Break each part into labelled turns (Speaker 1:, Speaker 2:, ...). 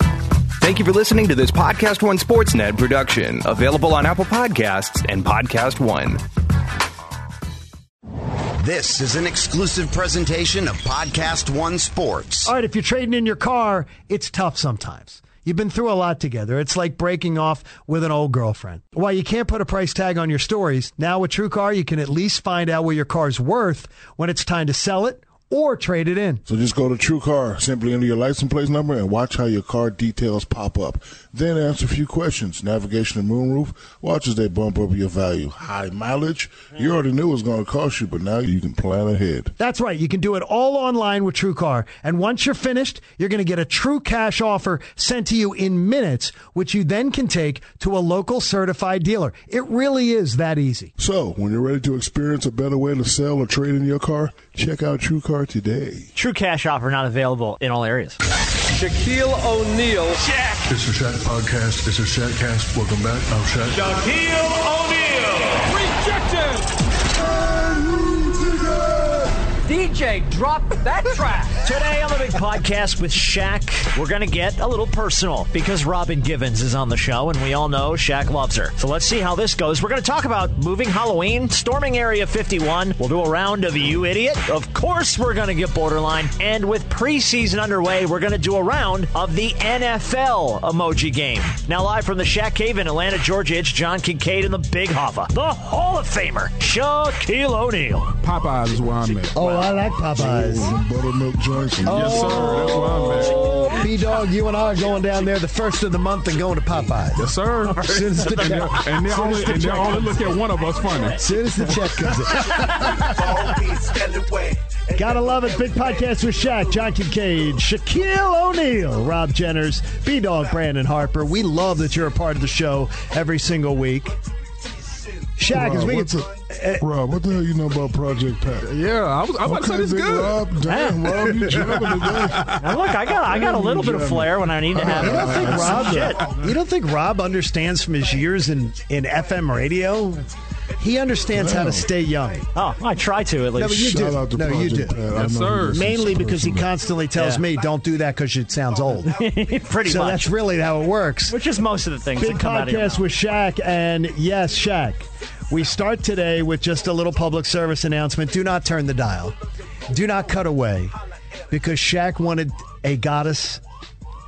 Speaker 1: Thank you for listening to this Podcast One Sportsnet production, available on Apple Podcasts and Podcast One.
Speaker 2: This is an exclusive presentation of Podcast One Sports.
Speaker 3: All right, if you're trading in your car, it's tough sometimes. You've been through a lot together. It's like breaking off with an old girlfriend. While you can't put a price tag on your stories, now with TrueCar, you can at least find out what your car's worth when it's time to sell it or trade it in.
Speaker 4: So just go to True Car, simply enter your license plate number, and watch how your car details pop up. Then answer a few questions: navigation and moonroof. Watch as they bump up your value. High mileage. You already knew it was going to cost you, but now you can plan ahead.
Speaker 3: That's right. You can do it all online with TrueCar. And once you're finished, you're going to get a true cash offer sent to you in minutes, which you then can take to a local certified dealer. It really is that easy.
Speaker 4: So when you're ready to experience a better way to sell or trade in your car, check out True Car today.
Speaker 5: True cash offer not available in all areas.
Speaker 6: Shaquille O'Neal.
Speaker 7: It's a Shaq podcast. It's a Shaqcast. Welcome back. I'm Shaq.
Speaker 6: Shaquille O'Neal. Rejected. DJ, drop that track.
Speaker 5: Today on the big podcast with Shaq, we're going to get a little personal because Robin Givens is on the show, and we all know Shaq loves her. So let's see how this goes. We're going to talk about moving Halloween, storming Area 51. We'll do a round of You Idiot. Of course, we're going to get borderline. And with preseason underway, we're going to do a round of the NFL emoji game. Now, live from the Shaq Cave in Atlanta, Georgia, it's John Kincaid and the Big Hoffa, the Hall of Famer, Shaquille O'Neal.
Speaker 8: Popeyes is where I'm at.
Speaker 3: Oh, I like Popeyes.
Speaker 4: Ooh, Buttermilk Johnson.
Speaker 8: Yes, sir. That's where I'm at.
Speaker 3: B Dog, you and I are going down there the first of the month and going to Popeyes.
Speaker 8: Yes, sir.
Speaker 3: Since the check,
Speaker 8: And they only, and they only look at one of us funny.
Speaker 3: soon as the check comes in. Gotta love it. Big podcast with Shaq, John Kincaid, Shaquille O'Neal, Rob Jenners, B Dog, Brandon Harper. We love that you're a part of the show every single week. Shaq, as
Speaker 4: Rob,
Speaker 3: we get
Speaker 4: what's up? Rob, what the hell you know about Project Pat?
Speaker 8: Yeah, I was, I was about to say this
Speaker 4: Big
Speaker 8: good.
Speaker 4: Rob, damn, Rob, you jumping today.
Speaker 5: Now look, I got I got a little bit of flair when I need to have
Speaker 3: You don't think
Speaker 5: it.
Speaker 3: Rob? You don't think Rob understands from his years in, in FM radio? He understands how to stay young.
Speaker 5: Oh, I try to at
Speaker 3: No, but you
Speaker 5: least.
Speaker 4: Shout
Speaker 3: do.
Speaker 4: out to
Speaker 3: No, you
Speaker 4: Project
Speaker 3: do.
Speaker 4: Pat. I
Speaker 8: Yes,
Speaker 4: know
Speaker 8: sir.
Speaker 4: you're a
Speaker 3: Mainly
Speaker 4: sincere
Speaker 3: because he
Speaker 4: person.
Speaker 3: constantly tells
Speaker 5: Yeah.
Speaker 3: me, "Don't do that because it sounds old."
Speaker 5: Pretty
Speaker 3: so
Speaker 5: much.
Speaker 3: that's really how it works.
Speaker 5: Which is most of the things
Speaker 3: Big
Speaker 5: that come out of your
Speaker 3: podcast
Speaker 5: mouth.
Speaker 3: with Shaq, and yes, Shaq. We start today with just a little public service announcement. Do not turn the dial. Do not cut away, because Shaq wanted a goddess,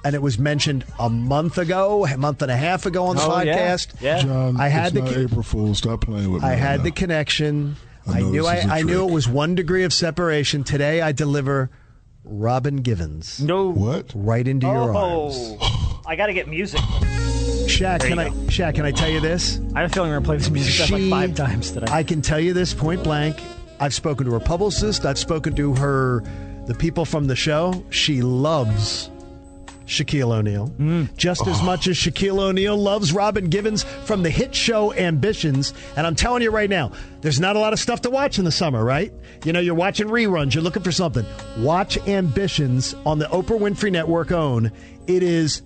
Speaker 3: and it was mentioned a month ago, a month and a half ago on the
Speaker 5: Oh, yeah.
Speaker 3: podcast.
Speaker 5: Yeah.
Speaker 4: John,
Speaker 3: I had
Speaker 4: it's
Speaker 3: the
Speaker 4: not
Speaker 3: ki-
Speaker 4: April Fool. Stop playing with me.
Speaker 3: I had
Speaker 4: now.
Speaker 3: the connection.
Speaker 4: I
Speaker 3: I
Speaker 4: know
Speaker 3: knew
Speaker 4: this is a
Speaker 3: I, I knew
Speaker 4: trick.
Speaker 3: it was one degree of separation. Today, I deliver Robin Givens
Speaker 5: No.
Speaker 4: What?
Speaker 3: right into your arms.
Speaker 5: Oh, I got to get music.
Speaker 3: Shaq,
Speaker 5: you
Speaker 3: can I? Shaq, can I tell you this?
Speaker 5: I have a feeling we're going to play this music stuff like five times today.
Speaker 3: I can tell you this point blank. I've spoken to her publicist. I've spoken to her, the people from the show. She loves Shaquille O'Neal
Speaker 5: Mm.
Speaker 3: just
Speaker 5: Oh.
Speaker 3: as much as Shaquille O'Neal loves Robin Givens from the hit show Ambitions. And I'm telling you right now, there's not a lot of stuff to watch in the summer, right? You know, you're watching reruns, you're looking for something. Watch Ambitions on the Oprah Winfrey Network own. It is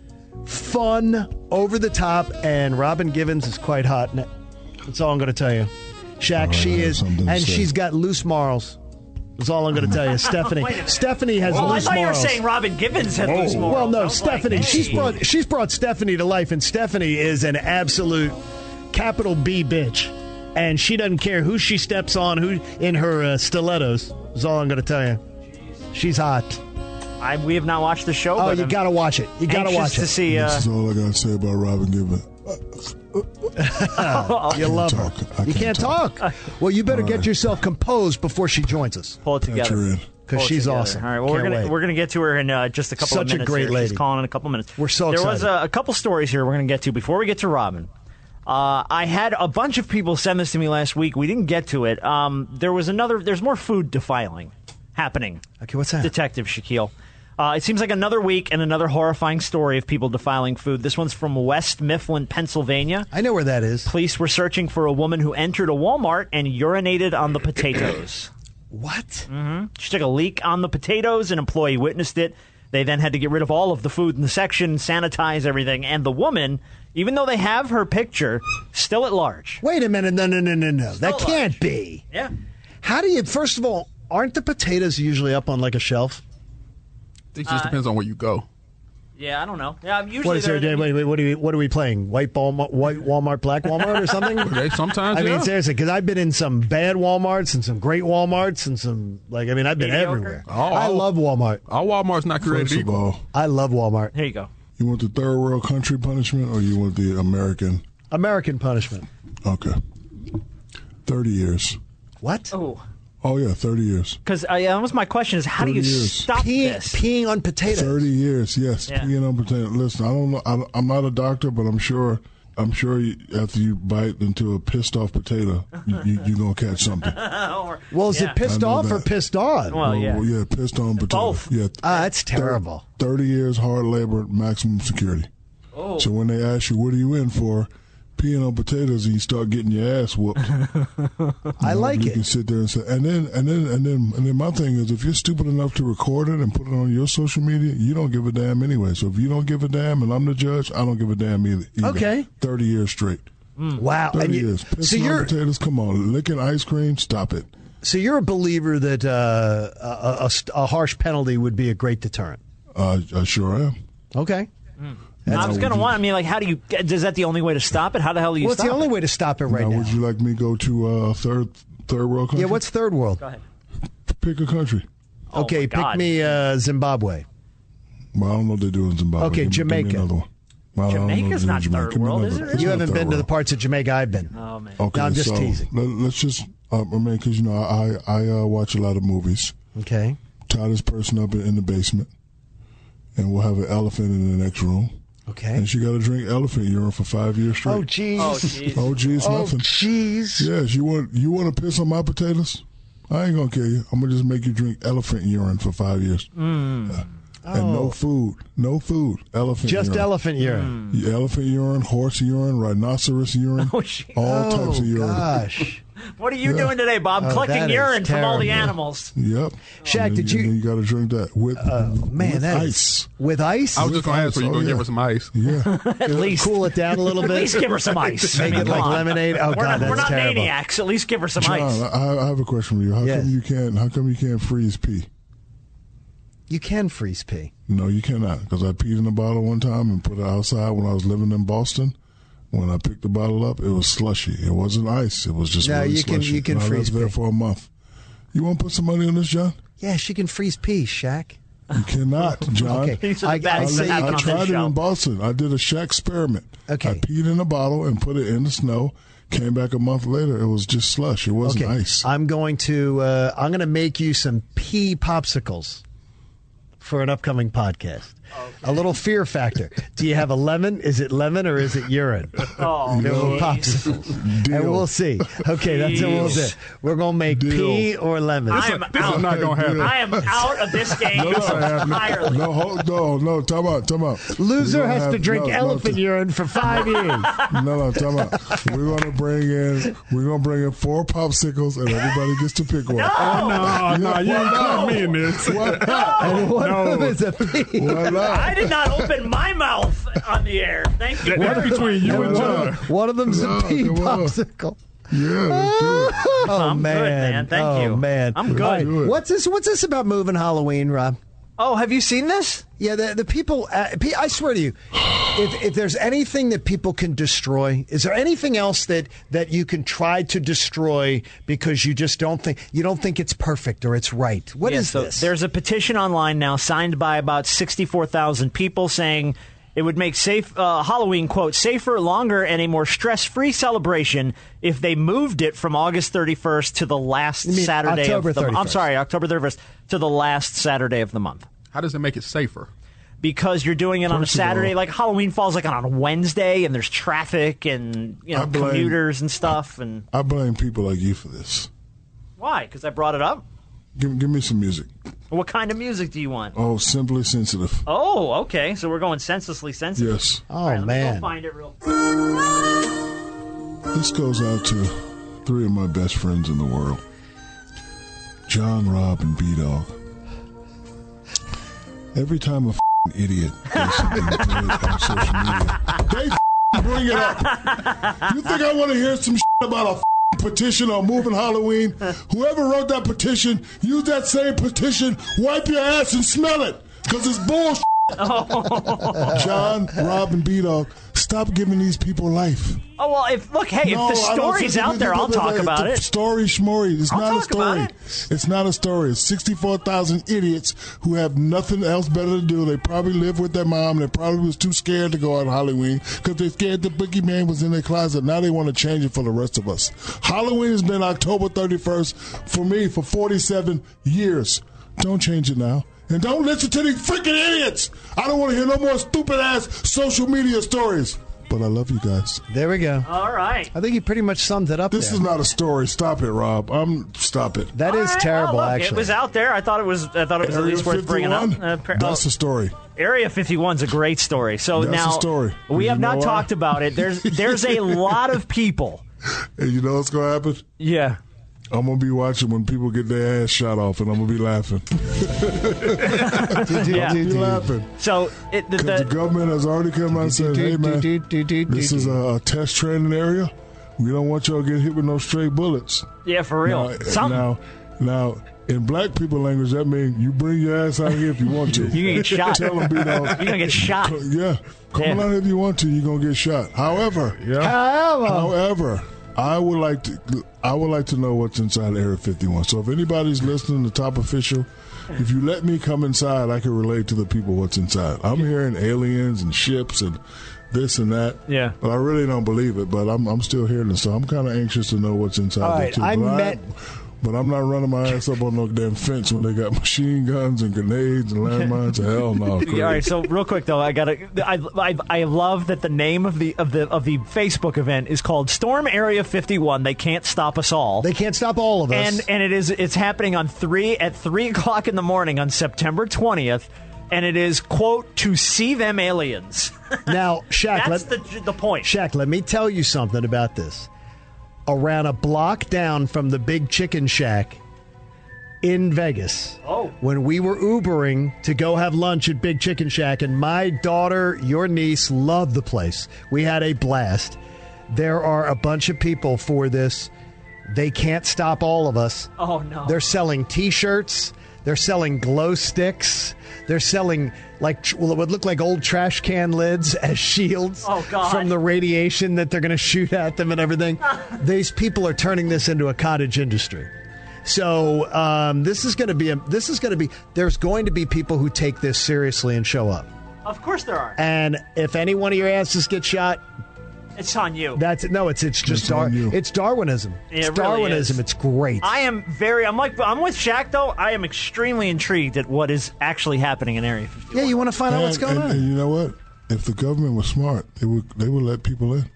Speaker 3: fun, over the top, and Robin Givens is quite hot. in it. That's all I'm going to tell you. Shaq,
Speaker 4: I
Speaker 3: she
Speaker 4: have
Speaker 3: is,
Speaker 4: something to
Speaker 3: and
Speaker 4: say.
Speaker 3: she's got loose morals. That's all I'm going to tell you. Stephanie, Stephanie has
Speaker 5: oh, I
Speaker 3: loose
Speaker 5: thought you were
Speaker 3: morals.
Speaker 5: saying Robin Givens had Oh, those morals.
Speaker 3: Well,
Speaker 5: I
Speaker 3: no,
Speaker 5: was
Speaker 3: Stephanie.
Speaker 5: Like,
Speaker 3: She's
Speaker 5: hey.
Speaker 3: brought she's brought Stephanie to life, and Stephanie is an absolute capital B bitch, and she doesn't care who she steps on, who in her uh, stilettos. Is all I'm going to tell you. She's hot.
Speaker 5: I, we have not watched the show.
Speaker 3: Oh,
Speaker 5: but
Speaker 3: you
Speaker 5: I'm
Speaker 3: got to watch it. You got to
Speaker 5: anxious
Speaker 3: watch
Speaker 5: to
Speaker 3: it.
Speaker 5: see. Uh,
Speaker 4: That's all I got to say about Robin Givens.
Speaker 3: You Oh, love her.
Speaker 4: talk. I
Speaker 3: you
Speaker 4: can't
Speaker 3: can't talk.
Speaker 4: talk.
Speaker 3: Well, you better get
Speaker 4: right.
Speaker 3: yourself composed before she joins us
Speaker 5: pull it together.
Speaker 4: Enter in.
Speaker 5: Pull
Speaker 3: because
Speaker 5: it
Speaker 3: she's
Speaker 5: together.
Speaker 3: awesome.
Speaker 5: All right, well, we're
Speaker 3: Can't
Speaker 5: gonna
Speaker 3: wait.
Speaker 5: we're gonna get to her in uh, just a couple of
Speaker 3: Such a
Speaker 5: minutes.
Speaker 3: great
Speaker 5: here.
Speaker 3: lady.
Speaker 5: She's calling in a couple minutes.
Speaker 3: We're so
Speaker 5: there was uh,
Speaker 3: excited.
Speaker 5: a, a couple stories here we're gonna get to before we get to Robin. Uh, I had a bunch of people send this to me last week. We didn't get to it. Um, there was another. There's more food defiling happening.
Speaker 3: Okay, what's that?
Speaker 5: Detective Shaquille. Uh, it seems like another week and another horrifying story of people defiling food. This one's from West Mifflin, Pennsylvania.
Speaker 3: I know where that is.
Speaker 5: Police were searching for a woman who entered a Walmart and urinated on the potatoes.
Speaker 3: What?
Speaker 5: She took a leak on the potatoes. An employee witnessed it. They then had to get rid of all of the food in the section, sanitize everything, and the woman, even though they have her picture, still at large.
Speaker 3: Wait a minute. No, no, no, no, no. That
Speaker 5: Still
Speaker 3: can't be.
Speaker 5: Yeah.
Speaker 3: How do you? First of all, aren't the potatoes usually up on like a shelf? Uh,
Speaker 8: It just depends on where you go.
Speaker 5: Yeah, I don't know. Yeah, I'm usually
Speaker 3: What is there?
Speaker 5: they're-
Speaker 3: Wait, wait, what are we? What are we playing? White Walmart, white Walmart, black Walmart, or something?
Speaker 8: They sometimes.
Speaker 3: I mean,
Speaker 8: yeah.
Speaker 3: seriously, because I've been in some bad WalMarts and some great WalMarts and some like I mean, I've been
Speaker 5: Mediocre.
Speaker 3: everywhere.
Speaker 8: Oh,
Speaker 3: I
Speaker 8: oh.
Speaker 3: love Walmart.
Speaker 8: All Walmart's not created
Speaker 4: First of
Speaker 8: equal.
Speaker 4: all,
Speaker 3: I love Walmart.
Speaker 5: Here you go.
Speaker 4: you want the third world country punishment or you want the American?
Speaker 3: American punishment.
Speaker 4: Okay. 30 years.
Speaker 3: What?
Speaker 5: Oh,
Speaker 4: Oh, yeah, 30 years.
Speaker 5: because uh, yeah, that was my question: is how do you
Speaker 4: 30 years.
Speaker 5: stop
Speaker 3: Peeing,
Speaker 5: this?
Speaker 3: peeing on potatoes.
Speaker 4: 30 years, yes.
Speaker 5: Yeah.
Speaker 4: Peeing on potato. Listen, I don't know. I, I'm not a doctor, but I'm sure. I'm sure you, after you bite into a pissed off potato, you, you, you're gonna catch something.
Speaker 5: Uh, Or-
Speaker 3: Well, is
Speaker 5: Yeah.
Speaker 3: it Oh, pissed
Speaker 4: I know
Speaker 3: off or
Speaker 4: that.
Speaker 3: pissed on?
Speaker 5: Well, yeah.
Speaker 4: Well, Oh, yeah, pissed on potato.
Speaker 5: Both.
Speaker 4: Yeah,
Speaker 3: Ah, that's terrible.
Speaker 4: thirty years hard labor, maximum security. Oh. So when they ask you, "What are you in for?" Peeing on potatoes, and you start getting your ass whooped.
Speaker 3: I like
Speaker 4: you can
Speaker 3: it.
Speaker 4: sit there and say, and then and then and then and then my thing is, if you're stupid enough to record it and put it on your social media, you don't give a damn anyway. So if you don't give a damn, and I'm the judge, I don't give a damn either. either.
Speaker 3: Okay.
Speaker 4: thirty years straight.
Speaker 3: Wow.
Speaker 4: Thirty
Speaker 3: And you-
Speaker 4: years. Pissing
Speaker 3: so
Speaker 4: on
Speaker 3: you're
Speaker 4: potatoes. Come on, licking ice cream. Stop it.
Speaker 3: so you're a believer that uh, a- a, a st- a harsh penalty would be a great deterrent.
Speaker 4: Uh, I sure am.
Speaker 3: Okay.
Speaker 5: I was gonna want. I mean, like, how do you? Is that the only way to stop it? How the hell do you
Speaker 3: Well, it's
Speaker 5: stop
Speaker 3: the only
Speaker 5: it?
Speaker 3: way to stop it right
Speaker 4: now,
Speaker 3: now.
Speaker 4: would you like me to go to uh, third third world country?
Speaker 3: yeah. What's third world?
Speaker 5: Go ahead.
Speaker 4: pick a country?
Speaker 5: Oh, my
Speaker 3: okay, pick
Speaker 5: God.
Speaker 3: me uh, Zimbabwe.
Speaker 4: Well, I don't know what they do in Zimbabwe.
Speaker 3: Okay,
Speaker 4: Give me- give me
Speaker 3: Jamaica.
Speaker 4: another one. Well, I don't know what
Speaker 5: Jamaica's
Speaker 4: they do in
Speaker 5: not
Speaker 4: Jamaica.
Speaker 5: third
Speaker 4: Give me
Speaker 5: world,
Speaker 4: another
Speaker 5: is it
Speaker 4: one.
Speaker 5: really?
Speaker 4: It's
Speaker 3: You
Speaker 4: not
Speaker 3: haven't
Speaker 4: third
Speaker 3: been to the
Speaker 4: world.
Speaker 3: parts of Jamaica I've been.
Speaker 5: Oh man.
Speaker 4: Okay,
Speaker 3: No, I'm just
Speaker 4: so
Speaker 3: teasing.
Speaker 4: Let, us just, uh, I mean, because you know, I I, I uh, watch a lot of movies.
Speaker 3: Okay.
Speaker 4: Tie this person up in, in the basement, and we'll have an elephant in the next room,
Speaker 3: Okay.
Speaker 4: and she got to drink elephant urine for five years straight.
Speaker 3: Oh jeez.
Speaker 5: Oh jeez.
Speaker 4: oh geez,
Speaker 3: Oh,
Speaker 4: nothing.
Speaker 3: jeez.
Speaker 4: Yes, you want you want to piss on my potatoes? I ain't gonna kill you. I'm gonna just make you drink elephant urine for five years, Yeah. and no food, no food. Elephant,
Speaker 3: Mm. Oh. Just
Speaker 4: urine.
Speaker 3: elephant
Speaker 5: Hmm.
Speaker 3: urine.
Speaker 4: Yeah, elephant urine, horse urine, rhinoceros urine,
Speaker 5: Oh, shit.
Speaker 4: all
Speaker 3: Oh
Speaker 4: types of urine.
Speaker 3: gosh.
Speaker 5: What are you doing today, Bob?
Speaker 3: Oh, that
Speaker 5: Collecting
Speaker 3: is
Speaker 5: urine from all the
Speaker 3: terrible.
Speaker 5: animals.
Speaker 4: Yep.
Speaker 3: Shaq,
Speaker 4: And then
Speaker 3: did you- Uh,
Speaker 4: and then got to drink that with
Speaker 3: Man,
Speaker 4: with
Speaker 3: that is
Speaker 4: ice.
Speaker 3: with ice.
Speaker 8: I was just gonna ask, were you
Speaker 4: Oh,
Speaker 8: gonna
Speaker 4: yeah.
Speaker 8: give her some ice?
Speaker 4: Yeah.
Speaker 5: At least,
Speaker 3: cool it down a little bit.
Speaker 5: at least give her some ice. I
Speaker 3: Make
Speaker 5: mean,
Speaker 3: it
Speaker 5: come
Speaker 3: like
Speaker 5: on.
Speaker 3: lemonade. Oh
Speaker 5: We're
Speaker 3: god,
Speaker 5: not,
Speaker 3: that's
Speaker 5: we're not
Speaker 3: terrible.
Speaker 5: maniacs. At least give her some
Speaker 4: John,
Speaker 5: ice.
Speaker 4: I, I have a question for you. How
Speaker 3: Yes.
Speaker 4: come you can't? How come you can't freeze pee?
Speaker 3: You can freeze pee.
Speaker 4: No, you cannot. Because I peed in a bottle one time and put it outside when I was living in Boston. When I picked the bottle up, it was slushy. It wasn't ice. It was just
Speaker 3: No,
Speaker 4: really
Speaker 3: you can-
Speaker 4: slushy.
Speaker 3: you can
Speaker 4: And I
Speaker 3: freeze
Speaker 4: lived there
Speaker 3: pee.
Speaker 4: for a month. You want to put some money on this, John?
Speaker 3: Yeah, she can freeze pee, Shaq.
Speaker 4: You cannot, John.
Speaker 3: Okay.
Speaker 5: These are the
Speaker 3: I-
Speaker 5: bad
Speaker 3: I
Speaker 5: things
Speaker 3: say
Speaker 5: that
Speaker 3: you
Speaker 4: I
Speaker 5: happen on this
Speaker 4: tried it
Speaker 5: show.
Speaker 4: in Boston. I did a shack experiment.
Speaker 3: Okay.
Speaker 4: I peed in a bottle and put it in the snow. Came back a month later. It was just slush. It wasn't
Speaker 3: Okay.
Speaker 4: ice.
Speaker 3: I'm going to uh, I'm going to make you some pea popsicles for an upcoming podcast. A little fear factor. Do you have a lemon? Is it lemon or is it urine?
Speaker 5: Oh,
Speaker 3: No
Speaker 5: geez.
Speaker 3: popsicles.
Speaker 4: Deal.
Speaker 3: And we'll see. Okay, that's what we'll do.
Speaker 5: Jeez.
Speaker 3: We're gonna make
Speaker 4: Deal.
Speaker 3: pea or lemon.
Speaker 5: I'm
Speaker 8: This
Speaker 5: out.
Speaker 8: is not gonna happen.
Speaker 5: I am out of this game
Speaker 4: No, that's not happening.
Speaker 5: entirely.
Speaker 4: No, hold, no, no, time out, time out. We
Speaker 3: Loser
Speaker 4: gonna
Speaker 3: has to
Speaker 4: have-
Speaker 3: drink
Speaker 4: no, no,
Speaker 3: elephant
Speaker 4: t-
Speaker 3: urine for five years.
Speaker 4: No, no, time out. We're gonna bring in, we're gonna bring in four popsicles, and everybody gets to pick one.
Speaker 8: Oh no, no, you ain't put me in this.
Speaker 4: Why not?
Speaker 3: And one of them
Speaker 8: No.
Speaker 3: is a pea.
Speaker 4: Why not?
Speaker 5: I did not open my mouth on the air. Thank you.
Speaker 8: That's
Speaker 5: very much.
Speaker 8: between you and
Speaker 3: One
Speaker 8: John.
Speaker 3: of, one of them's
Speaker 4: No,
Speaker 3: a pea
Speaker 4: come on.
Speaker 3: popsicle.
Speaker 4: Yeah, let's do it.
Speaker 3: Oh
Speaker 5: I'm good,
Speaker 3: man.
Speaker 5: man. Thank
Speaker 3: oh,
Speaker 5: you.
Speaker 3: man.
Speaker 5: I'm good.
Speaker 3: All
Speaker 4: Do it.
Speaker 3: What's this? What's this about moving Halloween, Rob?
Speaker 5: Oh, have you seen this?
Speaker 3: Yeah, the, the people. Uh, pe- I swear to you, if if there's anything that people can destroy, is there anything else that that you can try to destroy because you just don't think you don't think it's perfect or it's right? What is
Speaker 5: Yeah, so
Speaker 3: this?
Speaker 5: There's a petition online now signed by about 64,000 people saying it would make safe uh, Halloween quote safer, longer, and a more stress-free celebration if they moved it from August 31st to the last
Speaker 3: mean
Speaker 5: Saturday
Speaker 3: October
Speaker 5: of the month. I'm
Speaker 3: 31st.
Speaker 5: sorry, October 31st to the last Saturday of the month.
Speaker 8: How does it make it safer?
Speaker 5: Because you're doing it on a
Speaker 4: First of
Speaker 5: Saturday,
Speaker 4: all-
Speaker 5: like Halloween falls like on a Wednesday, and there's traffic and you
Speaker 4: I
Speaker 5: know
Speaker 4: blame-
Speaker 5: commuters and stuff. And
Speaker 4: I blame people like you for this.
Speaker 5: why? Because I brought it up.
Speaker 4: Give, give me some music.
Speaker 5: What kind of music do you want?
Speaker 4: Oh, simply sensitive.
Speaker 5: Oh, okay. So we're going senselessly sensitive.
Speaker 4: Yes.
Speaker 3: oh
Speaker 5: All right, let me go
Speaker 3: man.
Speaker 5: find it real
Speaker 4: This goes out to three of my best friends in the world John, Rob, and B Dog. Every time a fing idiot does something big on social media, they fing bring it up. You think I want to hear some shit about a fing petition or moving Halloween? Whoever wrote that petition, use that same petition, wipe your ass and smell it, because it's bullshit. John, Rob, and B Dog, stop giving these people life.
Speaker 5: Oh well, if look, hey,
Speaker 4: No,
Speaker 5: if the
Speaker 4: I don't
Speaker 5: story's
Speaker 4: think
Speaker 5: out
Speaker 4: we
Speaker 5: there,
Speaker 4: need
Speaker 5: I'll
Speaker 4: to-
Speaker 5: talk
Speaker 4: it's
Speaker 5: about
Speaker 4: a
Speaker 5: it.
Speaker 4: Story, schmory. It's
Speaker 5: I'll
Speaker 4: not a
Speaker 5: talk about
Speaker 4: story.
Speaker 5: it.
Speaker 4: It's not a story. It's sixty-four thousand idiots who have nothing else better to do. They probably live with their mom. They probably was too scared to go out Halloween because they scared the boogeyman was in their closet. Now they want to change it for the rest of us. Halloween has been October thirty-first for me for forty-seven years. Don't change it now. And don't listen to these freaking idiots. I don't want to hear no more stupid ass social media stories. But I love you guys.
Speaker 3: There we go.
Speaker 5: All right.
Speaker 3: I think he pretty much summed it up.
Speaker 4: This
Speaker 3: there.
Speaker 4: is not a story. Stop it, Rob. I'm stop it.
Speaker 3: That is
Speaker 5: All right,
Speaker 3: terrible.
Speaker 5: well, Oh, look,
Speaker 3: actually,
Speaker 5: it was out there. I thought it was. I thought it was at
Speaker 4: Area
Speaker 5: least worth bringing up.
Speaker 4: 51?
Speaker 5: Uh, par-
Speaker 4: That's
Speaker 5: oh,
Speaker 4: the story.
Speaker 5: Area 51's a great story. So
Speaker 4: That's
Speaker 5: now
Speaker 4: the story.
Speaker 5: we
Speaker 4: You
Speaker 5: have not
Speaker 4: know why?
Speaker 5: talked about it. There's there's a lot of people.
Speaker 4: And you know what's gonna happen?
Speaker 5: Yeah.
Speaker 4: I'm gonna be watching when people get their ass shot off, and I'm gonna be laughing.
Speaker 5: Yeah.
Speaker 4: Be laughing
Speaker 5: So it, the,
Speaker 4: because the
Speaker 5: the,
Speaker 4: government has already come out and said, "Hey man, this is a, a test training area. We don't want y'all to get hit with no stray bullets."
Speaker 5: yeah for real.
Speaker 4: Now,
Speaker 5: Some
Speaker 4: now, now, in black people language, that means you bring your ass out here if you want to.
Speaker 5: You gonna get shot.
Speaker 4: Tell them, you know,
Speaker 5: you're gonna get shot.
Speaker 4: Yeah, come
Speaker 5: Yeah.
Speaker 4: on out here if you want to. You're gonna get shot. However, However, I would like to I would like to know what's inside Area 51. So if anybody's listening, the top official, if you let me come inside, I can relate to the people what's inside. I'm hearing aliens and ships and this and that.
Speaker 5: Yeah.
Speaker 4: but I really don't believe it. But I'm I'm still hearing it, so I'm kind of anxious to know what's inside.
Speaker 3: All
Speaker 4: there,
Speaker 3: right,
Speaker 4: too.
Speaker 3: I
Speaker 4: But
Speaker 3: met-
Speaker 4: But I'm not running my ass up on no damn fence when they got machine guns and grenades and landmines. Hell no! Craig.
Speaker 5: Yeah, all right. So real quick though, I gotta. I, I I love that the name of the of the of the Facebook event is called Storm Area 51. They can't stop us all.
Speaker 3: They can't stop all of us.
Speaker 5: and and it is it's happening on three at three o'clock in the morning on September twentieth, and it is quote to see them aliens.
Speaker 3: now, Shaq,
Speaker 5: That's
Speaker 3: let,
Speaker 5: the the point.
Speaker 3: Shaq, let me tell you something about this. Around a block down from the Big Chicken Shack in Vegas,
Speaker 5: Oh.
Speaker 3: when we were Ubering to go have lunch at Big Chicken Shack, and my daughter, your niece, loved the place. We had a blast. There are a bunch of people for this. They can't stop all of us.
Speaker 5: Oh no.
Speaker 3: They're selling T-shirts. They're selling glow sticks. They're selling like tr- well, it would look like old trash can lids as shields
Speaker 5: Oh, God.
Speaker 3: from the radiation that they're going to shoot at them and everything. These people are turning this into a cottage industry. So um, this is going to be a, this is going to be there's going to be people who take this seriously and show up.
Speaker 5: of course there are.
Speaker 3: And if any one of your asses gets shot,
Speaker 5: It's on you.
Speaker 3: that's no, it's it's just
Speaker 4: It's
Speaker 3: Dar-
Speaker 4: on you.
Speaker 3: it's Darwinism.
Speaker 5: It
Speaker 3: it's
Speaker 5: really
Speaker 3: Darwinism.
Speaker 5: is.
Speaker 3: It's great.
Speaker 5: I am very. I'm like. I'm with Shaq though. I am extremely intrigued at what is actually happening in Area 51.
Speaker 3: yeah, you want to find out what's
Speaker 4: And-
Speaker 3: going
Speaker 4: and-
Speaker 3: on.
Speaker 4: and you know what? If the government was smart, they would they would let people in.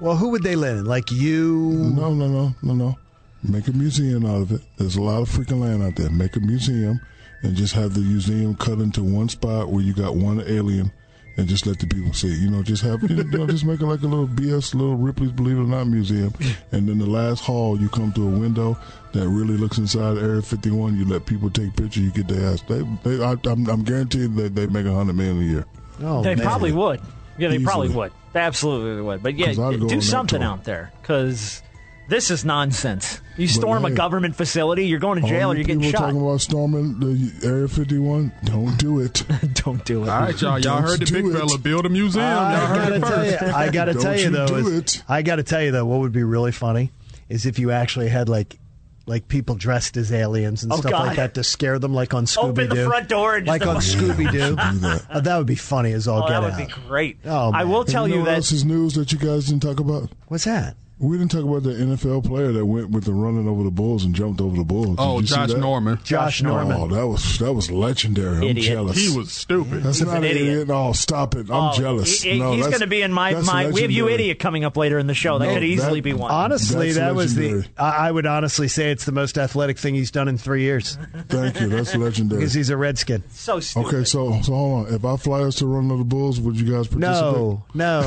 Speaker 3: Well, who would they let in? Like you?
Speaker 4: No, no, no, no, no. Make a museum out of it. There's a lot of freaking land out there. Make a museum and just have the museum cut into one spot where you got one alien and just let the people see it. You know, just have, you know, just make it like a little BS, little Ripley's Believe It or Not museum. And then the last hall, you come to a window that really looks inside Area 51. You let people take pictures, you get their ass. They, they, I, I'm, I'm guaranteed that they make a $100 million a year.
Speaker 3: Oh,
Speaker 5: They
Speaker 3: man.
Speaker 5: probably would. Yeah, they probably
Speaker 4: Easily.
Speaker 5: would. They absolutely would. But yeah,
Speaker 4: 'Cause I'd go on
Speaker 5: do
Speaker 4: that
Speaker 5: something
Speaker 4: tour.
Speaker 5: out there because this is nonsense. You storm a
Speaker 4: hey,
Speaker 5: government facility, you're going to jail
Speaker 4: All
Speaker 5: or
Speaker 4: you
Speaker 5: you're getting
Speaker 4: people
Speaker 5: shot.
Speaker 4: talking about storming the Area 51, don't do it.
Speaker 5: Don't do it.
Speaker 8: All right, y'all. Y'all
Speaker 4: Don't
Speaker 8: heard the
Speaker 4: do
Speaker 8: big
Speaker 4: it.
Speaker 8: fella build a museum. y'all
Speaker 3: I
Speaker 8: heard
Speaker 3: gotta
Speaker 8: it
Speaker 3: tell
Speaker 8: first.
Speaker 3: you, I gotta
Speaker 4: Don't
Speaker 3: tell you
Speaker 4: you
Speaker 3: though,
Speaker 4: do
Speaker 3: is-
Speaker 4: it.
Speaker 3: I gotta tell you though, what would be really funny is if you actually had like. Like people dressed as aliens and
Speaker 5: Oh,
Speaker 3: stuff like
Speaker 5: God.
Speaker 3: that to scare them, like on Scooby Doo.
Speaker 5: Open the front door and just-
Speaker 3: like on Scooby Doo.
Speaker 4: Yeah, we should do that.
Speaker 3: that would be funny as all
Speaker 5: Oh,
Speaker 3: get
Speaker 5: that would
Speaker 3: out.
Speaker 5: be great.
Speaker 3: Oh,
Speaker 5: I
Speaker 3: man.
Speaker 5: will
Speaker 3: And
Speaker 5: tell
Speaker 4: you know
Speaker 5: you
Speaker 4: what
Speaker 5: that.
Speaker 4: else is news that you guys didn't talk about?
Speaker 3: What's that?
Speaker 4: We didn't talk about the NFL player that went with the running over the Bulls and jumped over the Bulls.
Speaker 8: Oh,
Speaker 4: Did you see
Speaker 8: Josh
Speaker 4: that?
Speaker 8: Norman.
Speaker 3: Josh Norman.
Speaker 4: Oh, that was that was legendary.
Speaker 5: Idiot.
Speaker 4: I'm jealous.
Speaker 8: He was stupid.
Speaker 4: That's not
Speaker 5: an
Speaker 4: an idiot.
Speaker 5: idiot.
Speaker 4: No, stop it. I'm
Speaker 5: Oh,
Speaker 4: jealous.
Speaker 5: he- he-
Speaker 4: No,
Speaker 5: he's
Speaker 4: that's-
Speaker 5: going to be in my
Speaker 4: that's
Speaker 5: my. We have you
Speaker 4: legendary.
Speaker 5: idiot coming up later in the show. That
Speaker 4: No,
Speaker 5: could easily
Speaker 4: that-
Speaker 5: be one.
Speaker 3: Honestly,
Speaker 4: That's
Speaker 3: that was the.
Speaker 4: legendary.
Speaker 3: I, I would honestly say it's the most athletic thing he's done in three years
Speaker 4: Thank you. That's legendary.
Speaker 3: because he's a Redskin.
Speaker 5: so stupid.
Speaker 4: Okay, so so hold on. If I fly us to run over the Bulls, would you guys participate?
Speaker 3: No, no.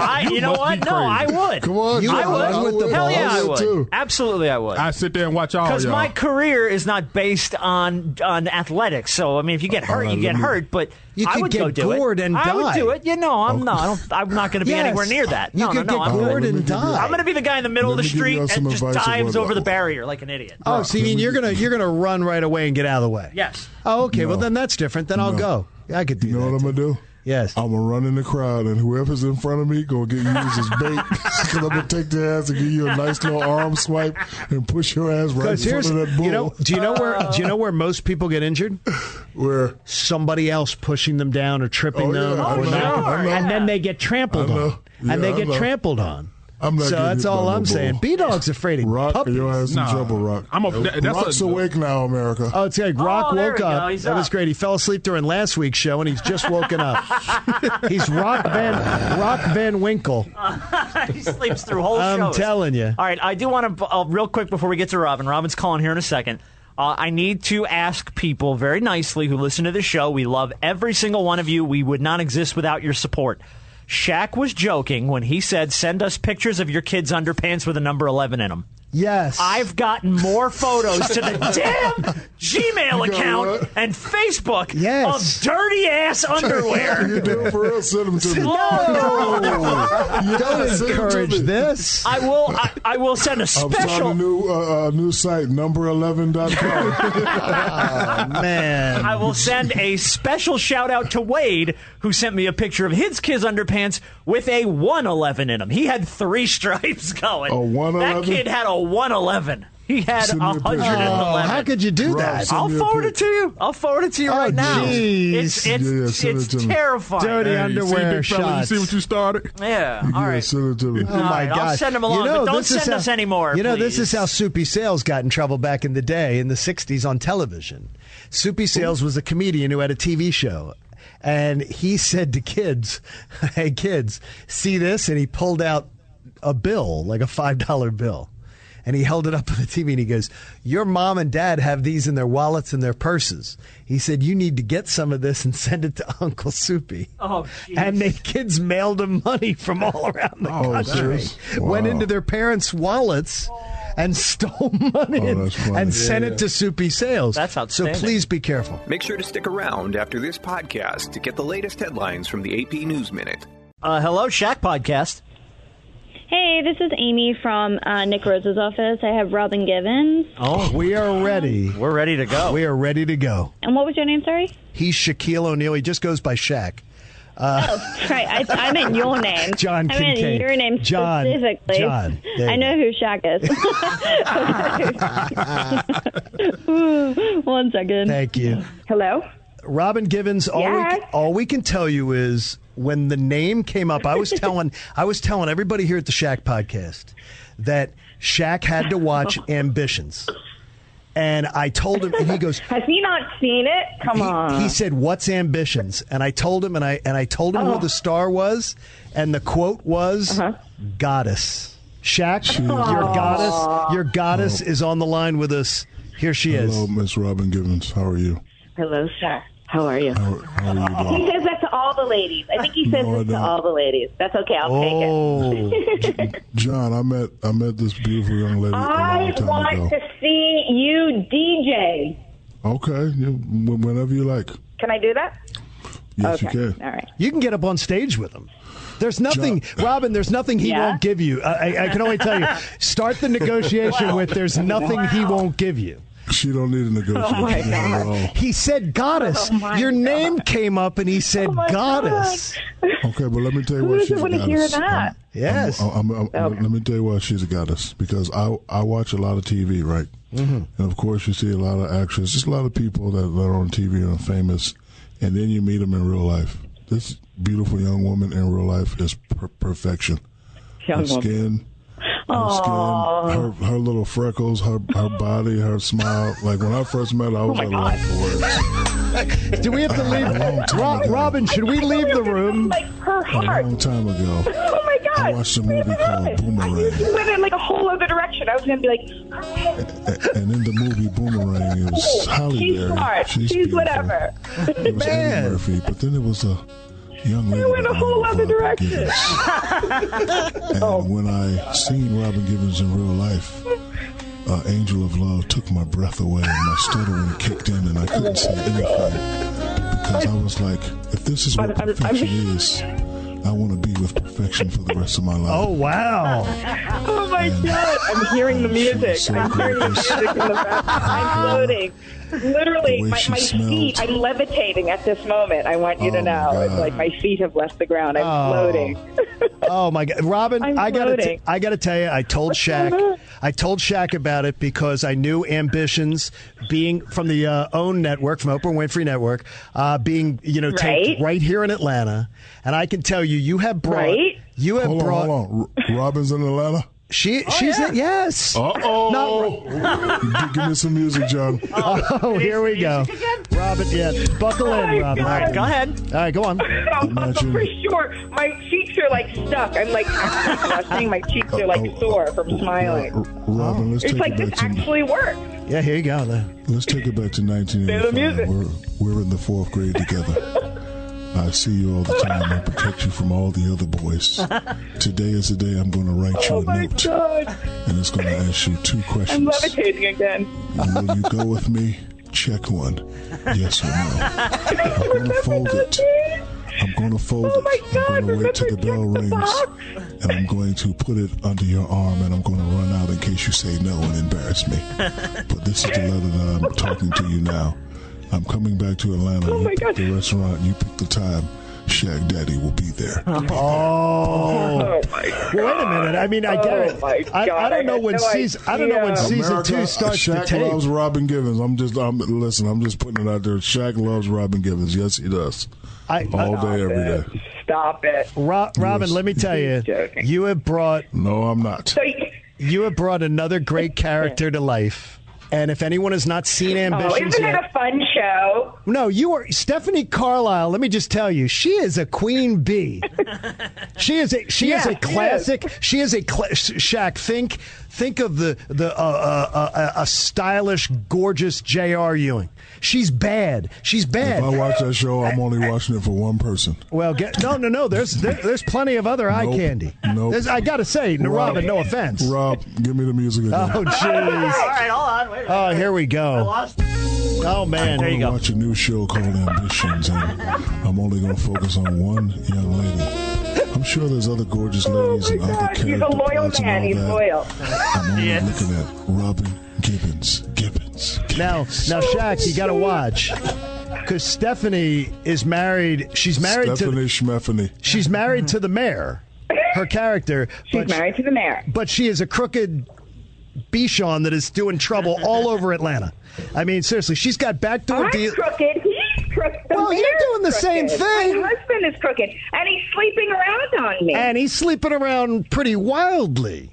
Speaker 5: I, you, know
Speaker 8: must
Speaker 5: what?
Speaker 8: be
Speaker 5: No, I
Speaker 8: crazy.
Speaker 5: would.
Speaker 4: Come on,
Speaker 3: You
Speaker 5: I
Speaker 3: would run with
Speaker 5: would.
Speaker 3: the
Speaker 5: Hell
Speaker 3: ball.
Speaker 5: yeah, I would.
Speaker 4: too.
Speaker 5: Absolutely, I would.
Speaker 8: I sit there and watch all
Speaker 5: because
Speaker 8: y'all.
Speaker 5: my career is not based on on athletics. So I mean, if you get hurt,
Speaker 4: right,
Speaker 5: you get
Speaker 4: let me-
Speaker 5: hurt. But
Speaker 3: You
Speaker 5: I
Speaker 3: could
Speaker 5: would
Speaker 3: get
Speaker 5: go do
Speaker 3: gored
Speaker 5: it.
Speaker 3: and
Speaker 5: I would
Speaker 3: die.
Speaker 5: do it. You know, I'm not. I don't, I'm not going to be
Speaker 3: Yes.
Speaker 5: anywhere near that.
Speaker 3: You
Speaker 5: No,
Speaker 3: could
Speaker 5: no, no.
Speaker 3: get
Speaker 5: I'm good.
Speaker 3: gored and
Speaker 4: I'm
Speaker 3: die.
Speaker 5: I'm going to be the guy in the middle of
Speaker 4: Let
Speaker 5: the
Speaker 4: me give
Speaker 5: street
Speaker 4: y'all some
Speaker 5: and just
Speaker 4: advice about
Speaker 5: dives over the
Speaker 4: that.
Speaker 5: barrier like an idiot.
Speaker 3: Oh, so you mean you're gonna you're gonna run right away and get out of the way?
Speaker 5: Yes.
Speaker 3: Oh, okay. Well,
Speaker 4: No.
Speaker 3: then that's different. Then I'll
Speaker 4: No.
Speaker 3: go. I could do
Speaker 4: You know
Speaker 3: that.
Speaker 4: what I'm gonna do?
Speaker 3: Yes.
Speaker 4: I'm gonna run in the crowd, and whoever's in front of me gonna get used as bait. Cause I'm gonna take their ass and give you a nice little arm swipe and push your ass right in
Speaker 3: Because
Speaker 4: front
Speaker 3: here's,
Speaker 4: of that bull.
Speaker 3: you know, do you know where do you know where most people get injured?
Speaker 4: where
Speaker 3: Somebody else pushing them down or tripping
Speaker 4: Oh, yeah,
Speaker 3: them,
Speaker 4: I
Speaker 3: or
Speaker 4: know,
Speaker 3: knocking-
Speaker 4: I know.
Speaker 3: and then they get trampled
Speaker 4: I know.
Speaker 3: on,
Speaker 4: Yeah,
Speaker 3: and they
Speaker 4: I
Speaker 3: get
Speaker 4: know.
Speaker 3: trampled on.
Speaker 4: I'm not
Speaker 3: so
Speaker 4: getting
Speaker 3: that's
Speaker 4: hit by
Speaker 3: all
Speaker 4: no
Speaker 3: I'm
Speaker 4: bull.
Speaker 3: saying. B dog's afraid of
Speaker 4: rock
Speaker 3: puppies.
Speaker 4: your ass
Speaker 8: Nah.
Speaker 4: in trouble, rock.
Speaker 8: I'm a- that- that's a-
Speaker 4: Rock's awake now, America.
Speaker 3: Oh, it's like Rock
Speaker 5: Oh, there we
Speaker 3: woke
Speaker 5: go.
Speaker 3: up.
Speaker 5: He's
Speaker 3: that was
Speaker 5: up.
Speaker 3: great. He fell asleep during last week's show, and he's just woken up. he's Rock Van Rock Van Winkle.
Speaker 5: he sleeps through whole
Speaker 3: I'm
Speaker 5: shows.
Speaker 3: telling you.
Speaker 5: All right, I do want to uh, real quick before we get to Robin. Robin's calling here in a second. Uh, I need to ask people very nicely who listen to the show. We love every single one of you. We would not exist without your support. Shaq was joking when he said, "Send us pictures of your kids' underpants with a number eleven in them."
Speaker 3: Yes,
Speaker 5: I've gotten more photos to the damn Gmail
Speaker 4: You got
Speaker 5: account
Speaker 4: what?
Speaker 5: and Facebook
Speaker 3: Yes.
Speaker 5: of dirty ass underwear.
Speaker 4: you do it for real? Send them to me.
Speaker 3: No,
Speaker 4: Yeah,
Speaker 3: don't
Speaker 4: send 'em to
Speaker 3: encourage
Speaker 4: me.
Speaker 3: this.
Speaker 5: I will. I, I will send a
Speaker 4: I'm starting a
Speaker 5: special.
Speaker 4: new uh, uh, new site, number11.com.
Speaker 3: Man,
Speaker 5: I will send a special shout out to Wade, who sent me a picture of his kid's underpants with a 111 in them. He had three stripes going.
Speaker 4: A 111?
Speaker 5: That kid had a 111. He had a
Speaker 4: Send me a picture.
Speaker 3: Oh,
Speaker 5: 111.
Speaker 3: how could you do
Speaker 4: Rob,
Speaker 3: that?
Speaker 4: send
Speaker 5: I'll
Speaker 4: me a
Speaker 5: forward
Speaker 4: pic.
Speaker 5: it to you. I'll forward it to you
Speaker 3: Oh,
Speaker 5: right now.
Speaker 3: jeez.
Speaker 5: It's it's,
Speaker 4: Yeah, yeah, send
Speaker 5: it's
Speaker 4: it to me.
Speaker 5: terrifying.
Speaker 3: Dirty
Speaker 8: Hey, you see,
Speaker 3: underwear
Speaker 8: big fella, you
Speaker 3: shots.
Speaker 8: see what you started?
Speaker 5: Yeah. All
Speaker 4: yeah,
Speaker 5: right.
Speaker 4: send it to me.
Speaker 3: Oh my
Speaker 5: right, I'll
Speaker 3: God!
Speaker 5: send 'em along, but don't
Speaker 3: this is
Speaker 5: send us anymore,
Speaker 3: You know, this
Speaker 5: please.
Speaker 3: is how Soupy Sales got in trouble back in the day in the '60s on television. Soupy Sales was a comedian who had a TV show, and he said to kids, "Hey, kids, see this?" And he pulled out a bill, like a five dollar bill, and he held it up on the TV, and he goes, "Your mom and dad have these in their wallets and their purses." He said, "You need to get some of this and send it to Uncle Soupy."
Speaker 5: Oh, jeez.
Speaker 3: and the kids mailed him money from all around the
Speaker 4: Oh,
Speaker 3: country,
Speaker 4: serious?
Speaker 3: went
Speaker 4: Wow.
Speaker 3: into their parents' wallets and stole money
Speaker 4: Oh,
Speaker 3: and,
Speaker 4: that's funny.
Speaker 3: and
Speaker 4: Yeah,
Speaker 3: sent
Speaker 4: yeah.
Speaker 3: it to Soupy Sales.
Speaker 5: That's outstanding.
Speaker 3: So please be careful.
Speaker 1: Make sure to stick around after this podcast to get the latest headlines from the AP News Minute.
Speaker 5: Uh, hello, Shaq Podcast.
Speaker 9: Hey, this is Amy from uh, Nick Rose's office. I have Robin Givens.
Speaker 5: Oh,
Speaker 3: We are ready.
Speaker 5: we're ready to go.
Speaker 3: We are ready to go.
Speaker 9: And what was your name, sorry?
Speaker 3: He's Shaquille O'Neal. He just goes by Shaq. Uh,
Speaker 9: Right, Oh, I, I meant your name.
Speaker 3: John
Speaker 9: I meant
Speaker 3: Kincaid.
Speaker 9: your name
Speaker 3: John.
Speaker 9: specifically.
Speaker 3: John. There you
Speaker 9: I know who Shaq is. One second.
Speaker 3: Thank you.
Speaker 9: Hello?
Speaker 3: Robin Givens, all, we,
Speaker 9: Yes.
Speaker 3: all we can tell you is when the name came up, I was telling I was telling everybody here at the Shaq podcast that Shaq had to watch Ambitions. And I told him and he goes,
Speaker 9: Has he not seen it? Come
Speaker 3: he, he said, "What's ambitions?" And I told him, and I and I told him
Speaker 9: Oh.
Speaker 3: who the star was, and the quote was,
Speaker 9: Uh-huh.
Speaker 3: "Goddess, Shaq, your goddess, your goddess is on the line with us. Here she
Speaker 4: Hello,
Speaker 3: is.
Speaker 4: Miss Robin Givens. How are you?
Speaker 9: Hello, sir. How are you?
Speaker 4: How, how are you
Speaker 9: He
Speaker 4: doing?
Speaker 9: says that to all the ladies. I think he
Speaker 4: No, I
Speaker 9: says this to
Speaker 4: don't.
Speaker 9: all the ladies. That's okay. I'll
Speaker 3: Oh,
Speaker 9: take it.
Speaker 4: John, I met I met this beautiful young lady a long
Speaker 9: I
Speaker 4: time ago.
Speaker 9: want to see you DJ.
Speaker 4: Okay, you, wh- whenever you like.
Speaker 9: Can I do that?
Speaker 4: Yes,
Speaker 9: okay.
Speaker 4: you can.
Speaker 9: All right.
Speaker 3: you can get up on stage with him." There's nothing,
Speaker 4: John-
Speaker 3: Robin. There's nothing he
Speaker 9: Yeah?
Speaker 3: won't give you. I, I, I can only tell you. Start the negotiation with. There's nothing he won't give you.
Speaker 4: She don't need a negotiation at all.
Speaker 3: He said, "Goddess."
Speaker 9: Oh, my
Speaker 3: Your
Speaker 9: God.
Speaker 3: name came up, and he said,
Speaker 9: Oh, my
Speaker 3: "Goddess."
Speaker 4: Okay, but let me tell you
Speaker 9: Who
Speaker 4: why
Speaker 9: doesn't
Speaker 4: she's a
Speaker 9: want to hear
Speaker 4: goddess.
Speaker 9: that?
Speaker 3: Yes.
Speaker 4: I'm- I'm- I'm-
Speaker 9: Okay.
Speaker 4: Let me tell you why she's a goddess. Because I I watch a lot of TV, right? Mm-hmm. And of course, you see a lot of actors, just a lot of people that, that are on TV and are famous, and then you meet them in real life. This beautiful young woman in real life is per- perfection. Her skin, her skin, her her little freckles, her her body, her smile. Like when I first met her,
Speaker 9: Oh
Speaker 4: I was at a loss for words.
Speaker 3: Do we have to
Speaker 4: long
Speaker 3: leave?
Speaker 4: time
Speaker 3: Ro-
Speaker 4: ago.
Speaker 3: Robin, should we leave the room?
Speaker 9: Like her
Speaker 4: A
Speaker 9: heart.
Speaker 4: long time ago,
Speaker 9: Oh my god!
Speaker 4: I watched a movie called Boomerang.
Speaker 9: You went in like a whole other direction. I was gonna be like, her head.
Speaker 4: A- and in the movie Boomerang, it was Holly
Speaker 9: she's
Speaker 4: Berry.
Speaker 9: smart. She's,
Speaker 4: beautiful.
Speaker 9: whatever.
Speaker 4: It was Eddie Murphy, but then it was a young lady.
Speaker 9: went
Speaker 4: by the
Speaker 9: a
Speaker 4: name
Speaker 9: whole
Speaker 4: of
Speaker 9: other Oh.
Speaker 4: Robin
Speaker 9: direction.
Speaker 4: Givens. and when I seen Robin Givens in real life, uh, Angel of Love took my breath away, and my stuttering kicked in, and I couldn't say anything because I was like, if this is what
Speaker 9: I'm- I'm-
Speaker 4: perfection is, I want to be with perfection for the rest of my life.
Speaker 3: Oh wow!
Speaker 10: Oh my god! I'm hearing the music. I'm hearing the music in the back. I'm floating. Literally,
Speaker 4: The way
Speaker 10: my,
Speaker 4: she
Speaker 10: my feet.
Speaker 4: smelled.
Speaker 10: I'm levitating at this moment. I want you
Speaker 4: Oh,
Speaker 10: to know.
Speaker 4: my
Speaker 10: It's
Speaker 4: God.
Speaker 10: like my feet have left the ground. I'm
Speaker 3: Oh.
Speaker 10: floating.
Speaker 3: Oh my God, Robin!
Speaker 10: I'm
Speaker 3: I gotta, t-
Speaker 10: floating.
Speaker 3: I gotta tell you, I told Shaq, I told Shaq about it because I knew ambitions being from the uh, OWN network, from Oprah Winfrey Network, uh, being you know taped
Speaker 10: Right.
Speaker 3: right here in Atlanta, and I can tell you, you have brought,
Speaker 10: Right.
Speaker 3: you have
Speaker 4: hold on,
Speaker 3: brought.
Speaker 4: hold on. R- Robin's in Atlanta.
Speaker 3: She,
Speaker 10: Oh,
Speaker 3: she's in- yes.
Speaker 4: Uh
Speaker 3: Not-
Speaker 4: oh. Give me some music, John.
Speaker 3: Oh, here we go, Robin. Yeah, buckle
Speaker 10: Oh, my
Speaker 3: in,
Speaker 10: God.
Speaker 3: Robin. All right,
Speaker 5: Go
Speaker 3: go-
Speaker 5: ahead.
Speaker 3: all right, go on.
Speaker 10: I'm
Speaker 4: Imagine-
Speaker 10: Oh, for sure. My cheeks are like stuck. I'm like blushing. My cheeks are
Speaker 4: Oh,
Speaker 10: like sore from
Speaker 4: R-
Speaker 10: smiling.
Speaker 4: Robin, let's
Speaker 10: It's
Speaker 4: oh, take
Speaker 10: like
Speaker 4: it
Speaker 10: this
Speaker 4: back to
Speaker 10: actually works.
Speaker 3: Yeah, here you go.
Speaker 4: let's take it back to
Speaker 10: Play the
Speaker 4: 1985.
Speaker 10: music.
Speaker 4: We're we're in the fourth grade together. I see you all the time. I protect you from all the other boys. Today is the day I'm going to write you
Speaker 10: Oh
Speaker 4: a
Speaker 10: my
Speaker 4: note,
Speaker 10: god!
Speaker 4: and it's going to ask you two
Speaker 10: I'm
Speaker 4: questions.
Speaker 10: levitating again.
Speaker 4: Will you go with me? Check one. Yes or no? I'm going to fold it. I'm going to fold
Speaker 10: Oh my
Speaker 4: it.
Speaker 10: God,
Speaker 4: I'm going to wait till the
Speaker 10: remember
Speaker 4: bell
Speaker 10: Jack the Box?
Speaker 4: rings. And I'm going to put it under your arm and I'm going to run out in case you say no and embarrass me. But this is the letter that I'm talking to you now. I'm coming back to Atlanta.
Speaker 10: Oh
Speaker 4: you
Speaker 10: my
Speaker 4: pick
Speaker 10: God.
Speaker 4: the restaurant, you pick the time. Shag Daddy will be there.
Speaker 3: Uh-huh. Oh.
Speaker 10: Oh my god!
Speaker 3: Well, wait a minute. I mean, I get
Speaker 10: Oh,
Speaker 3: it.
Speaker 10: my
Speaker 3: I, I
Speaker 10: God, I
Speaker 3: don't know
Speaker 10: had
Speaker 3: when
Speaker 10: no
Speaker 3: season. I don't know when
Speaker 10: idea.
Speaker 3: season two
Speaker 4: America,
Speaker 3: starts to
Speaker 4: Shaq
Speaker 3: tape.
Speaker 4: loves Robin Givens. I'm just, I'm listen. I'm just putting it out there. Shaq loves Robin Givens. Yes, he does.
Speaker 3: I,
Speaker 4: All
Speaker 10: Oh,
Speaker 3: I,
Speaker 4: day, every day.
Speaker 10: Stop it.
Speaker 3: Ro- Robin,
Speaker 4: Yes.
Speaker 3: let me tell you,
Speaker 10: Joking.
Speaker 3: you have brought
Speaker 4: No, I'm not.
Speaker 10: So you-
Speaker 3: you have brought another great character to life. And if anyone has not seen
Speaker 10: oh,
Speaker 3: Ambitions
Speaker 10: isn't it
Speaker 3: yet,
Speaker 10: a fun show?
Speaker 3: no, you are Stephanie Carlisle. Let me just tell you, she is a queen bee. she is a she is
Speaker 10: Yeah,
Speaker 3: a
Speaker 10: she is.
Speaker 3: classic. She is a cla Shaq. Think think of the the uh, uh, uh, a stylish, gorgeous J.R. Ewing. She's bad. She's bad.
Speaker 4: If I watch that show, I'm only watching it for one person.
Speaker 3: Well, get, no, no, no. There's there, there's plenty of other eye
Speaker 4: Nope.
Speaker 3: candy.
Speaker 4: Nope.
Speaker 3: There's, I gotta say, no,
Speaker 4: Rob.
Speaker 3: Robin, no offense.
Speaker 4: Rob, give me the music again.
Speaker 3: Oh jeez.
Speaker 5: All right, hold on. Wait, wait,
Speaker 3: Oh,
Speaker 5: wait.
Speaker 3: here we
Speaker 5: I
Speaker 3: go.
Speaker 5: lost.
Speaker 3: Oh man.
Speaker 5: There you
Speaker 4: I'm
Speaker 5: go.
Speaker 4: gonna watch a new show called Ambitions, and I'm only going to focus on one young lady. I'm sure there's other gorgeous ladies
Speaker 10: Oh, my
Speaker 4: and other
Speaker 10: God, he's a
Speaker 4: character
Speaker 10: loyal
Speaker 4: plots and
Speaker 10: man,
Speaker 4: all
Speaker 10: he's
Speaker 4: that.
Speaker 10: loyal.
Speaker 4: I'm only
Speaker 5: Yes.
Speaker 4: looking at Robin Gibbons. Gibbons. Gibbons.
Speaker 3: Now, now, Shaq, you gotta watch because Stephanie is married. She's married to
Speaker 4: Stephanie Schmeffany.
Speaker 3: she's married to the mayor. Her character.
Speaker 10: She's
Speaker 3: but
Speaker 10: married to the mayor.
Speaker 3: but she is a crooked Bichon that is doing trouble all over Atlanta. I mean, seriously, she's got backdoor
Speaker 10: I'm
Speaker 3: deals.
Speaker 10: crooked. He's crooked. The
Speaker 3: Oh, Well, you're
Speaker 10: mayor's
Speaker 3: doing the same
Speaker 10: crooked.
Speaker 3: thing.
Speaker 10: My husband is crooked, and he's sleeping around on me.
Speaker 3: And he's sleeping around pretty wildly.